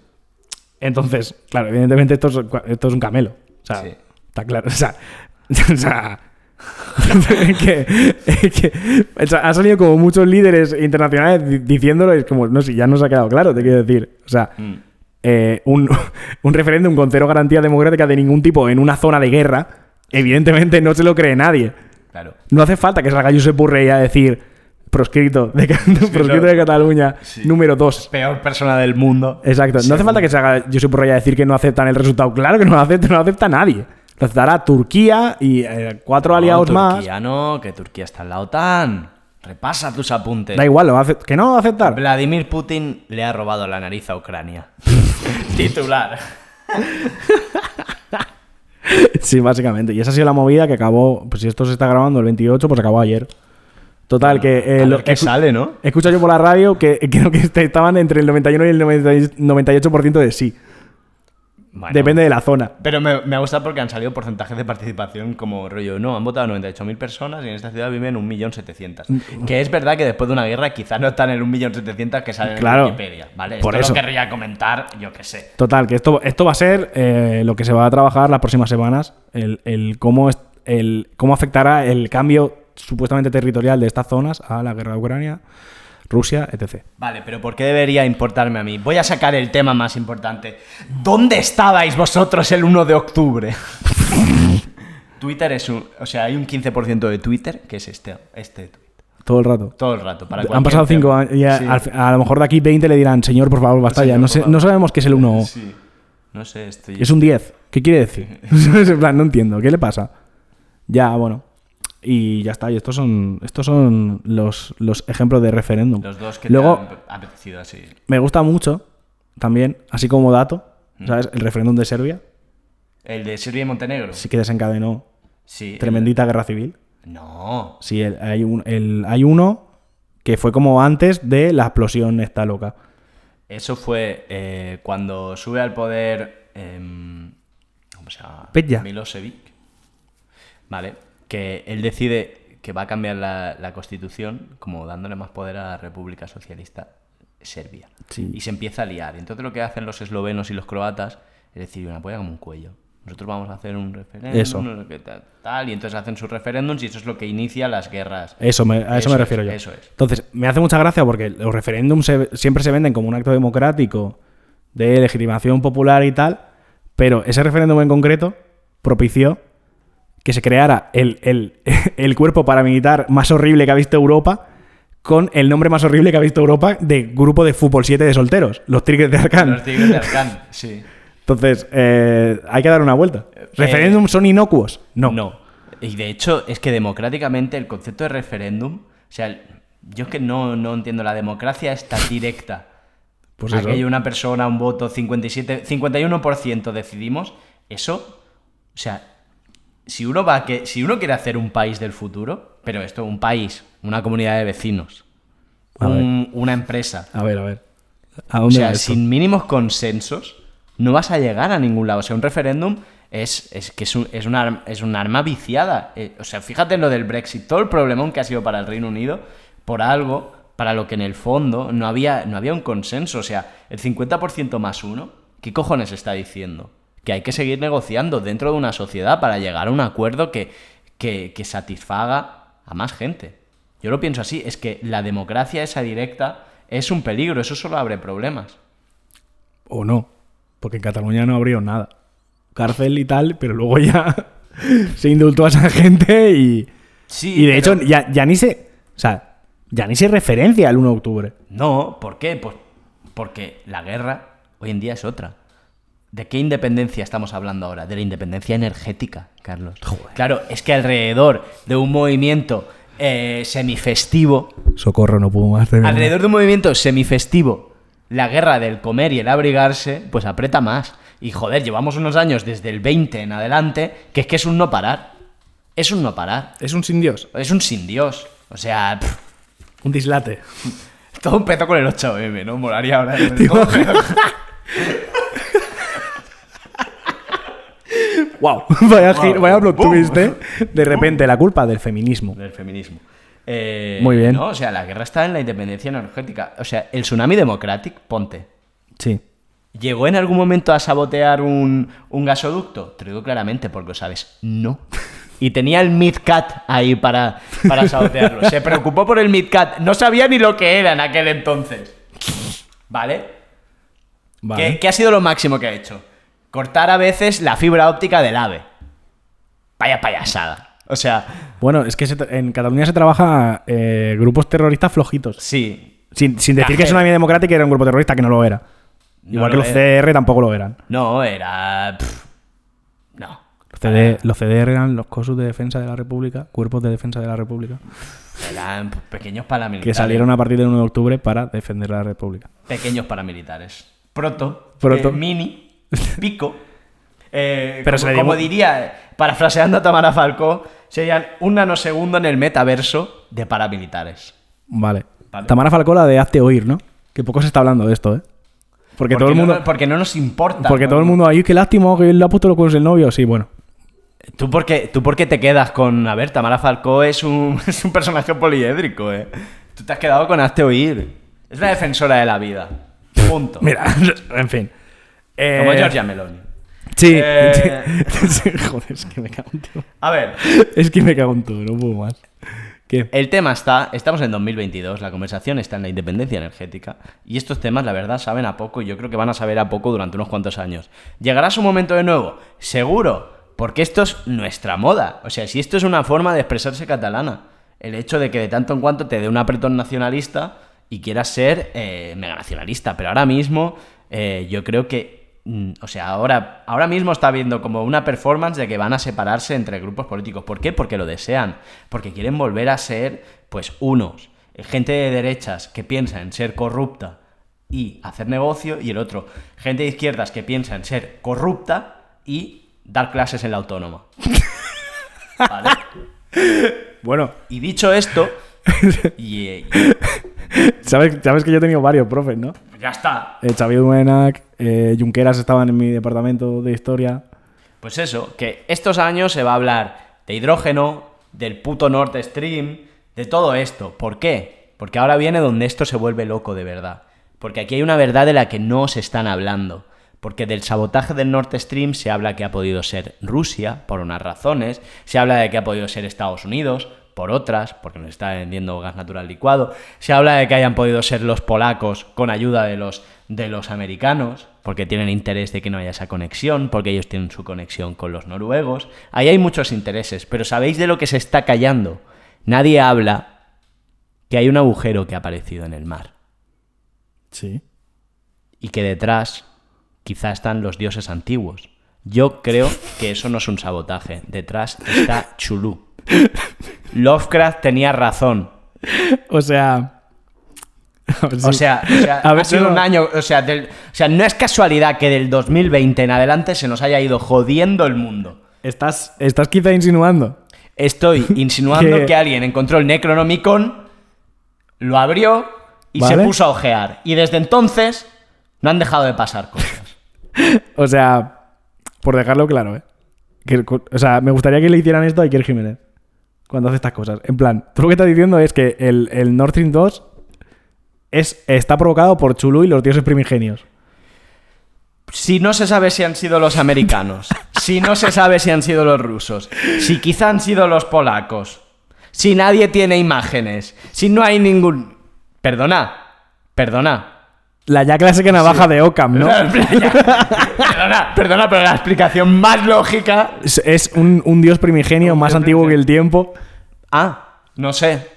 C: Entonces, claro, evidentemente esto es, esto es un camelo. O sea,
B: Sí.
C: está claro. [LAUGHS] O sea, o sea, [LAUGHS] que, que- o sea, han salido como muchos líderes internacionales di- diciéndolo y es como, no sé, ya nos ha quedado claro, te quiero decir. O sea,
B: Mm.
C: eh, un, [LAUGHS] un referéndum con cero garantía democrática de ningún tipo en una zona de guerra, evidentemente no se lo cree nadie.
B: Claro.
C: No hace falta que salga Josep Borrell a decir proscrito de, Ca- [LAUGHS] proscrito de Cataluña
B: Sí.
C: número 2.
B: Peor persona del mundo.
C: Exacto. No hace falta que se haga Josep Borrell a decir que no aceptan el resultado. Claro que no lo acepta, no lo acepta nadie. Lo aceptará Turquía y eh, cuatro aliados más.
B: Turquía eh. no, que Turquía está en la OTAN. Repasa tus apuntes.
C: Da igual, lo va a acep- que no lo va a aceptar.
B: Vladimir Putin le ha robado la nariz a Ucrania. [LAUGHS] Titular.
C: [LAUGHS] Sí, básicamente. Y esa ha sido la movida que acabó. Pues si esto se está grabando el 28, pues acabó ayer. Total, que. eh,
B: A
C: lo-
B: ver qué
C: escu-
B: sale, ¿no?
C: Escucha yo por la radio que [LAUGHS] que creo que est- estaban entre el 91 y el 90 98% de sí.
B: Bueno.
C: Depende de la zona.
B: Pero me, me ha gustado porque han salido porcentajes de participación como rollo, no, han votado 98.000 personas y en esta ciudad viven
C: Mm.
B: 1.700.000. Que es verdad que después de una guerra quizás no están en el 1.700.000 que salen
C: Claro.
B: en Wikipedia, ¿vale?
C: Por
B: Esto
C: eso.
B: lo querría comentar, yo qué sé.
C: Total, que esto, esto va a ser eh, lo que se va a trabajar las próximas semanas, el, el cómo, es- el cómo afectará el cambio supuestamente territorial de estas zonas a la guerra de Ucrania, Rusia, etc.
B: Vale, pero ¿por qué debería importarme a mí? Voy a sacar el tema más importante. ¿Dónde estabais vosotros el 1 de octubre? [LAUGHS] Twitter es un... O sea, hay un 15% de Twitter que es este, este tweet.
C: Todo el rato.
B: Todo el rato. Para
C: Han
B: cualquier
C: pasado cinco
B: tema.
C: años y a,
B: Sí.
C: al fi- a lo mejor de aquí 20 le dirán, señor, por favor, basta ya,
B: Señor,
C: no,
B: por
C: sé-
B: favor".
C: no sabemos qué es el 1
B: Sí. No sé, estoy...
C: Es un 10. ¿Qué quiere decir? en plan, [LAUGHS] no entiendo. ¿Qué le pasa? Ya, bueno. Y ya está. Y estos son, estos son los, los ejemplos de referéndum.
B: Los dos que
C: Luego,
B: te han apetecido así.
C: me gusta mucho también, así como dato, ¿sabes? El referéndum de Serbia
B: El de Serbia y Montenegro.
C: sí que desencadenó
B: Sí, el-
C: tremendita guerra civil.
B: No.
C: Sí, el- hay, un, el- hay uno que fue como antes de la explosión esta loca.
B: Eso fue eh, cuando sube al poder. em, ¿Cómo se llama?
C: Peja.
B: Milosevic. Vale. Que él decide que va a cambiar la, la constitución, como dándole más poder a la República Socialista Serbia.
C: Sí.
B: Y se empieza a liar. Entonces lo que hacen los eslovenos y los croatas es decir, una polla como un cuello. Nosotros vamos a hacer un referéndum,
C: Eso.
B: no sé qué tal, tal, y entonces hacen sus referéndums y eso es lo que inicia las guerras.
C: Eso me- a eso,
B: Eso
C: me
B: es,
C: refiero yo.
B: eso es.
C: Entonces, me hace mucha gracia porque los referéndums se- siempre se venden como un acto democrático de legitimación popular y tal, pero ese referéndum en concreto propició que se creara el, el- [LAUGHS] el cuerpo paramilitar más horrible que ha visto Europa con el nombre más horrible que ha visto Europa de grupo de fútbol 7 de solteros, los Tigres de Arcán.
B: Los tigres de Arcán, sí.
C: Entonces, eh, hay que dar una vuelta.
B: Eh,
C: ¿Referéndums son inocuos? No.
B: Y de hecho, es que democráticamente el concepto de referéndum, o sea, el- yo es que no, no entiendo, la democracia está directa.
C: [LAUGHS] Pues
B: Aquí
C: eso.
B: hay una persona, un voto, 57, 51% decidimos, eso, o sea, si uno va a que, si uno quiere hacer un país del futuro, pero esto, un país, una comunidad de vecinos,
C: A ver.
B: un- una empresa,
C: A ver, a ver. ¿A
B: o
C: dónde va
B: sea,
C: esto?
B: sin mínimos consensos no vas a llegar a ningún lado. O sea, un referéndum es, es que es, un- es, un arm- es un arma viciada. Eh, o sea, fíjate en lo del Brexit, todo el problemón que ha sido para el Reino Unido por algo para lo que en el fondo no había, no había un consenso. O sea, el 50% más uno, ¿qué cojones está diciendo? Que hay que seguir negociando dentro de una sociedad para llegar a un acuerdo que, que, que satisfaga a más gente. Yo lo pienso así, es que la democracia esa directa es un peligro, eso solo abre problemas.
C: O no. Porque en Cataluña no abrió nada. Cárcel y tal, pero luego ya [LAUGHS] se indultó a esa gente y.
B: Sí,
C: Y de
B: pero-
C: hecho, ya, ya ni se. O sea, ya ni se referencia al 1 de octubre.
B: No, ¿por qué? Pues porque la guerra hoy en día es otra. ¿De qué independencia estamos hablando ahora? De la independencia energética, Carlos. Claro, es que alrededor de un movimiento eh, semifestivo,
C: Socorro, no pudo más. de verdad.
B: alrededor de un movimiento semifestivo, la guerra del comer y el abrigarse, pues aprieta más. Y joder, llevamos unos años desde el 20 en adelante, que es que es un no parar. Es un no parar.
C: Es un sin Dios.
B: Es un sin Dios. O sea, pff, [LAUGHS]
C: Un dislate. [LAUGHS]
B: todo empezó con el 8M, ¿no? Moraría ahora.
C: Tío.
B: Todo empezó-
C: ¡Wow! [LAUGHS] Vaya,
B: Wow.
C: giro- vaya plot
B: Boom.
C: twist, ¿eh? De repente, la culpa del feminismo.
B: del feminismo. Eh,
C: Muy bien.
B: No, o sea, la guerra está en la independencia energética. O sea, el tsunami democratic, ponte.
C: Sí.
B: ¿Llegó en algún momento a sabotear un, un gasoducto? Te lo digo claramente porque lo sabes, no. Y tenía el Midcat ahí para, para sabotearlo. Se preocupó por el Midcat. No sabía ni lo que era en aquel entonces. ¿Vale?
C: Vale.
B: ¿Qué, qué ha sido lo máximo que ha hecho? Cortar a veces la fibra óptica del AVE. Vaya payasada. O sea,
C: Bueno, es que se tra- en Cataluña se trabaja eh, grupos terroristas flojitos.
B: sí.
C: Sin, sin decir que
B: Cajero.
C: Tsunami Democrática era un grupo terrorista, que no lo era.
B: No
C: Igual
B: lo
C: que los
B: era.
C: CDR tampoco lo eran.
B: No, era. pf, no. Ah.
C: Los, CD los CDR eran los COSUS de Defensa de la República, Cuerpos de Defensa de la República,
B: Eran pequeños
C: que
B: paramilitares.
C: salieron a partir del 1 de octubre para defender la República.
B: Pequeños paramilitares. Proto,
C: Proto.
B: eh, mini,
C: [LAUGHS]
B: pico. eh,
C: Pero se
B: como,
C: le dio-
B: como diría, eh, parafraseando a Tamara Falcó, serían un nanosegundo en el metaverso de paramilitares.
C: Vale.
B: Vale.
C: Tamara Falcola de Hazte Oír, ¿no? Que poco se está hablando de esto, ¿eh? Porque, todo el
B: no-
C: mundo...
B: porque no nos importa.
C: porque todo el mundo... Ay, qué lástima que él le ha puesto los cuernos el novio. Sí, bueno.
B: ¿Tú por, qué, ¿Tú por qué te quedas con... A ver, Tamara Falcó es un, [LAUGHS] es un personaje poliédrico, ¿eh? Tú te has quedado con Hazte Oír. Es la defensora de la vida. Punto.
C: Mira, [LAUGHS] en fin. Eh,
B: Como Giorgia Meloni.
C: Sí.
B: Eh.
C: [LAUGHS] Sí, Joder, es que me cago en todo.
B: A ver,
C: Es que me cago en todo, no puedo más. ¿Qué?
B: el tema está... Estamos en 2022, la conversación está en la independencia energética y estos temas, la verdad, saben a poco y yo creo que van a saber a poco durante unos cuantos años. ¿Llegará su momento de nuevo? Seguro, porque esto es nuestra moda. O sea, si esto es una forma de expresarse catalana, el hecho de que de tanto en cuanto te dé un apretón nacionalista y quieras ser eh, mega nacionalista, pero ahora mismo eh, yo creo que Mm, O sea, ahora, ahora mismo está viendo como una performance de que van a separarse entre grupos políticos. ¿Por qué? Porque lo desean. Porque quieren volver a ser, pues, unos. eh, Gente de derechas que piensa en ser corrupta y hacer negocio. Y el otro, gente de izquierdas que piensa en ser corrupta y dar clases en la autónoma. ¿Vale?
C: Bueno,
B: Y dicho esto, y, eh,
C: sabes, sabes que yo he tenido varios profes, ¿no?
B: y ya está.
C: Eh, Xavier Duenac, eh, Junqueras estaban en mi departamento de historia.
B: Pues eso, que estos años se va a hablar de hidrógeno, del puto Nord Stream, de todo esto. ¿Por qué? Porque ahora viene donde esto se vuelve loco de verdad. Porque aquí hay una verdad de la que no se están hablando. Porque del sabotaje del Nord Stream se habla que ha podido ser Rusia, por unas razones, se habla de que ha podido ser Estados Unidos, por otras, porque nos está vendiendo gas natural licuado, se habla de que hayan podido ser los polacos con ayuda de los, de los americanos, porque tienen interés de que no haya esa conexión, porque ellos tienen su conexión con los noruegos. Ahí hay muchos intereses, pero ¿sabéis de lo que se está callando? Nadie habla que hay un agujero que ha aparecido en el mar
C: Sí.
B: y que detrás quizá están los dioses antiguos. Yo creo que eso no es un sabotaje. Detrás está Chulú. Lovecraft tenía razón.
C: O sea. [LAUGHS] a ver si-
B: O sea, o sea,
C: A ver,
B: ha sido
C: no, no.
B: un año. O sea, del- o sea, no es casualidad que del 2020 en adelante se nos haya ido jodiendo el mundo.
C: Estás, estás quizá insinuando.
B: Estoy insinuando
C: [LAUGHS] Que-
B: que alguien encontró el Necronomicon, lo abrió y
C: Vale.
B: se puso a ojear. Y desde entonces no han dejado de pasar cosas.
C: O sea, por dejarlo claro, ¿eh? Que el cu- o sea, me gustaría que le hicieran esto a Iker Jiménez cuando hace estas cosas. En plan, tú lo que estás diciendo es que el, el Nord Stream 2 es, está provocado por Chulu y los dioses primigenios.
B: Si no se sabe si han sido los americanos, si no se sabe si han sido los rusos, si quizá han sido los polacos, si nadie tiene imágenes, si no hay ningún... Perdona, perdona.
C: La ya clásica navaja de Occam,
B: [LAUGHS]
C: ¿no?
B: perdona, perdona, pero la explicación más lógica...
C: Es, es un, un dios primigenio más
B: dios
C: antiguo que el tiempo.
B: Ah, no sé.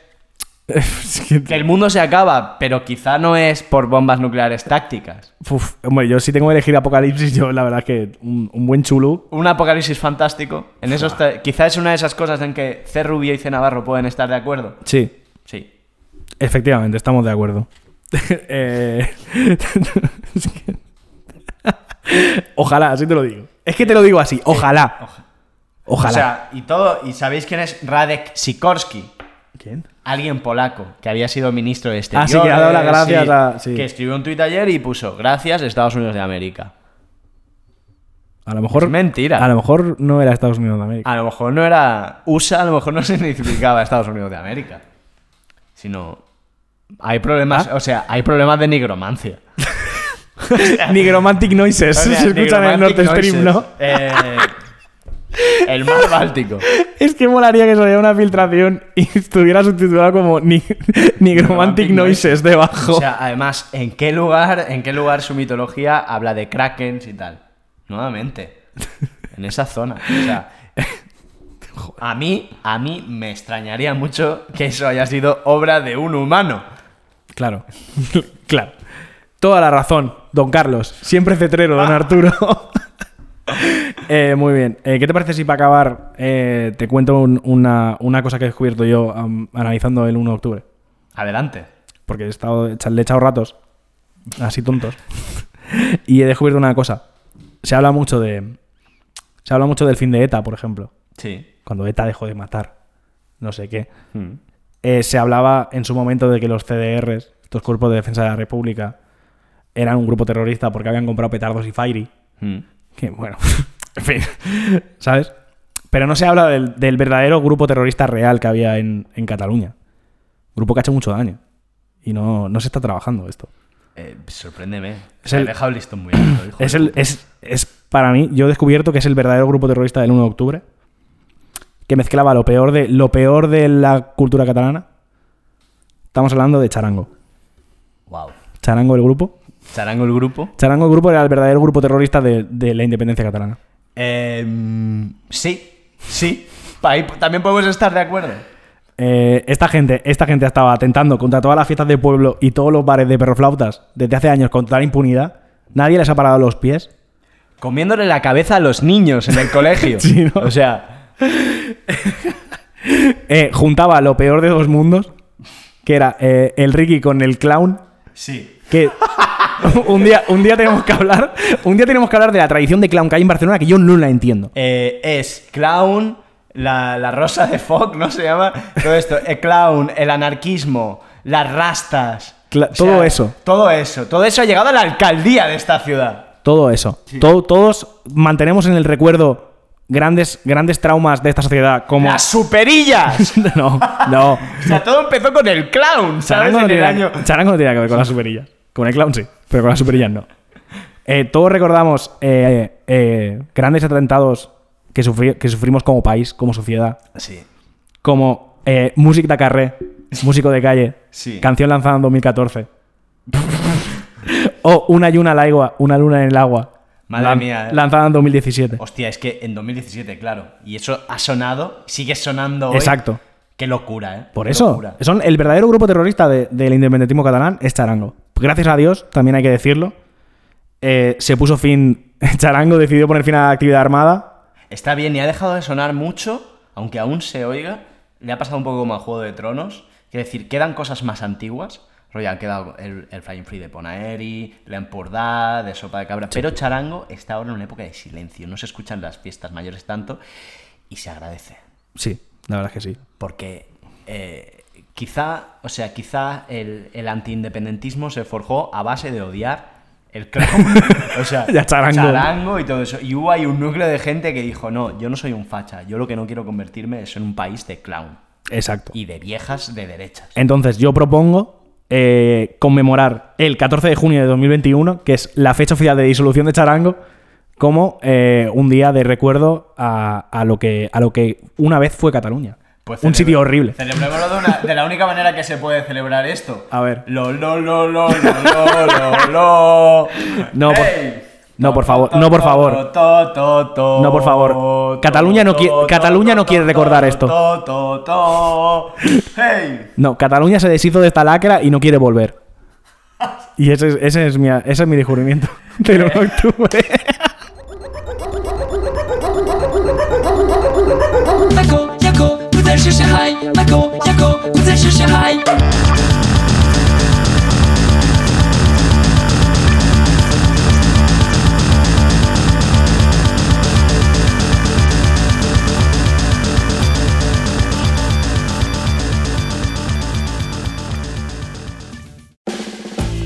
C: Es que-
B: Que el mundo se acaba, pero quizá no es por bombas nucleares tácticas.
C: [LAUGHS] Uf, hombre, yo sí tengo que elegir Apocalipsis, yo la verdad es que un, un buen Chulu.
B: Un apocalipsis fantástico. En eso está- quizá es una de esas cosas en que C. Rubio y C. Navarro pueden estar de acuerdo.
C: Sí,
B: Sí.
C: Efectivamente, estamos de acuerdo. [LAUGHS] Eh, [LAUGHS] es que- Ojalá, así te lo digo. Es que te lo digo así, ojalá.
B: Eh,
C: Ojalá.
B: O sea, y todo, y sabéis quién es Radek Sikorski,
C: ¿Quién?
B: alguien polaco que había sido ministro de Exteriores.
C: Ah, que ha dado las gracias a- sí.
B: Que escribió un tuit ayer y puso, gracias Estados Unidos de América.
C: A lo mejor.
B: Es mentira.
C: A lo mejor no era Estados Unidos de América.
B: A lo mejor no era USA, a lo mejor no [LAUGHS] significaba Estados Unidos de América. Sino. Hay
C: Ah.
B: problemas, o sea, hay problemas de
C: [LAUGHS]
B: nigromancia.
C: Nigromantic Noises.
B: Ah, O sea,
C: [LAUGHS] se escuchan en el Nord
B: nigromantic
C: Stream,
B: noises.
C: ¿no?
B: Eh, el mar
C: [LAUGHS]
B: Báltico.
C: Es que molaría que saliera una filtración y [LAUGHS] estuviera subtitulado como ni- Nigromantic
B: Romantic
C: Noises
B: Noises.
C: debajo.
B: O sea, además, ¿en qué lugar, en qué lugar su mitología habla de krakens y tal? Nuevamente. En esa zona. O sea, a mí, a mí me extrañaría mucho que eso haya sido obra de un humano.
C: claro. [LAUGHS] claro. Toda la razón, don Carlos. Siempre cetrero, don Arturo. [LAUGHS] Eh, muy bien. Eh, ¿Qué te parece si para acabar eh, te cuento un- una, una cosa que he descubierto yo am, analizando el 1 de octubre?
B: Adelante.
C: Porque he estado, echa- le he echado ratos, así tontos. [LAUGHS] y he descubierto una cosa. Se habla mucho de. Se habla mucho del fin de ETA, por ejemplo.
B: Sí.
C: cuando ETA dejó de matar, no sé qué, eh, se hablaba en su momento de que los CDRs, estos cuerpos de defensa de la República, eran un grupo terrorista porque habían comprado petardos y Fairy. Que bueno, [LAUGHS] en fin, ¿sabes? Pero no se habla del, del verdadero grupo terrorista real que había en, en Cataluña. Grupo que ha hecho mucho daño. Y no, no se está trabajando esto.
B: Eh, sorpréndeme.
C: Es
B: Es el...
C: el-
B: dejado el listón muy alto.
C: [COUGHS]
B: hijo
C: Es,
B: de
C: el,
B: puta.
C: es, es para mí, yo he descubierto que es el verdadero grupo terrorista del 1 de octubre, que mezclaba lo peor de, lo peor de la cultura catalana. Estamos hablando de Charango.
B: Wow.
C: Charango el grupo.
B: Charango el grupo.
C: Charango el grupo era el verdadero grupo terrorista de, de la independencia catalana.
B: Em, sí. Sí. Pa- ahí también podemos estar de acuerdo.
C: Eh, esta, gente, esta gente estaba atentando contra todas las fiestas de pueblo y todos los bares de perroflautas desde hace años con tal impunidad. Nadie les ha parado los pies.
B: Comiéndole la cabeza a los niños en el colegio.
C: [LAUGHS] Sí, ¿no?
B: O sea,
C: Eh, juntaba lo peor de dos mundos, que era eh, el Ricky con el clown.
B: sí.
C: que [LAUGHS] un día, un día tenemos que hablar, un día tenemos que hablar de la tradición de clown que hay en Barcelona que yo no la entiendo.
B: Eh, es clown, la, la rosa de Fogg, ¿no se llama? Todo esto. El clown, el anarquismo, las rastas.
C: Cla- todo eso.
B: Todo eso. Todo eso ha llegado a la alcaldía de esta ciudad.
C: Todo eso. To- todos mantenemos en el recuerdo grandes, grandes traumas de esta sociedad como
B: ¡Las
C: [LAUGHS]
B: superillas!
C: no, no.
B: o sea, todo empezó con el clown, [LAUGHS] ¿sabes?
C: Charango Oh. no,
B: En el
C: tiene,
B: año...
C: Charango no tiene nada que ver con las superillas. Con el clown sí, pero con las superillas no. Eh, todos recordamos eh, eh, grandes atentados que, sufri- que sufrimos como país, como sociedad.
B: Sí.
C: como eh, Music de Carré, músico de calle,
B: Sí.
C: canción lanzada en 2014. [LAUGHS] o Una y una al agua, una luna en el agua.
B: Madre mía, eh.
C: Lanzada en 2017.
B: Hostia, es que en 2017, claro. Y eso ha sonado, sigue sonando hoy.
C: Exacto.
B: Qué locura, ¿eh?
C: Por
B: Qué
C: eso,
B: locura.
C: son el verdadero grupo terrorista de- del independentismo catalán es Charango. Gracias a Dios, también hay que decirlo. eh, se puso fin. [LAUGHS] Charango decidió poner fin a la actividad armada.
B: Está bien y ha dejado de sonar mucho, aunque aún se oiga. Le ha pasado un poco como a Juego de Tronos. Quiero decir, quedan cosas más antiguas. Rollo, ha quedado el, el Flying Free de Ponaeri, la Empordà, de Sopa de Cabra. Pero Charango está ahora en una época de silencio. No se escuchan las fiestas mayores tanto. Y se agradece.
C: Sí, la verdad es que sí.
B: Porque eh, quizá, o sea, quizá el, el antiindependentismo se forjó a base de odiar el clown.
C: [LAUGHS]
B: o sea,
C: Ya charango.
B: charango y todo eso. Y hubo ahí un núcleo de gente que dijo, no, yo no soy un facha, yo lo que no quiero convertirme es en un país de clown
C: Exacto.
B: y de viejas de derechas.
C: Entonces, yo propongo eh, conmemorar el 14 de junio de 2021, que es la fecha oficial de disolución de Charango, como eh, un día de recuerdo a, a lo que, a lo que una vez fue Cataluña.
B: Pues
C: un
B: celebra-
C: sitio horrible.
B: Celebrémoslo de, una- de la única manera que se puede celebrar esto.
C: A ver.
B: Lo, lo, lo, lo, lo, lo, lo, lo.
C: No, por-
B: Ey.
C: no, por favor,
B: To,
C: no, por
B: to,
C: favor.
B: to, to, to,
C: No, por favor.
B: to,
C: Cataluña no
B: to,
C: qui-
B: to,
C: Cataluña no
B: to,
C: quiere
B: to,
C: recordar
B: to,
C: esto.
B: to, to,
C: [LAUGHS]
B: to. Hey.
C: No, Cataluña se deshizo de esta lacra y no quiere volver. Y ese es, ese es, mi, ese es mi descubrimiento del 1 de octubre.
D: Marco, Jaco,不再是小孩。Marco, Jaco, 不再是小孩。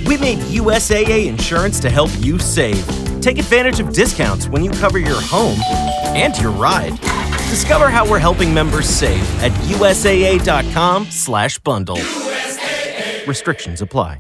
E: We made USAA insurance to help you save. Take advantage of discounts when you cover your home and your ride. Discover how we're helping members save at usaa.com/bundle. Restrictions apply.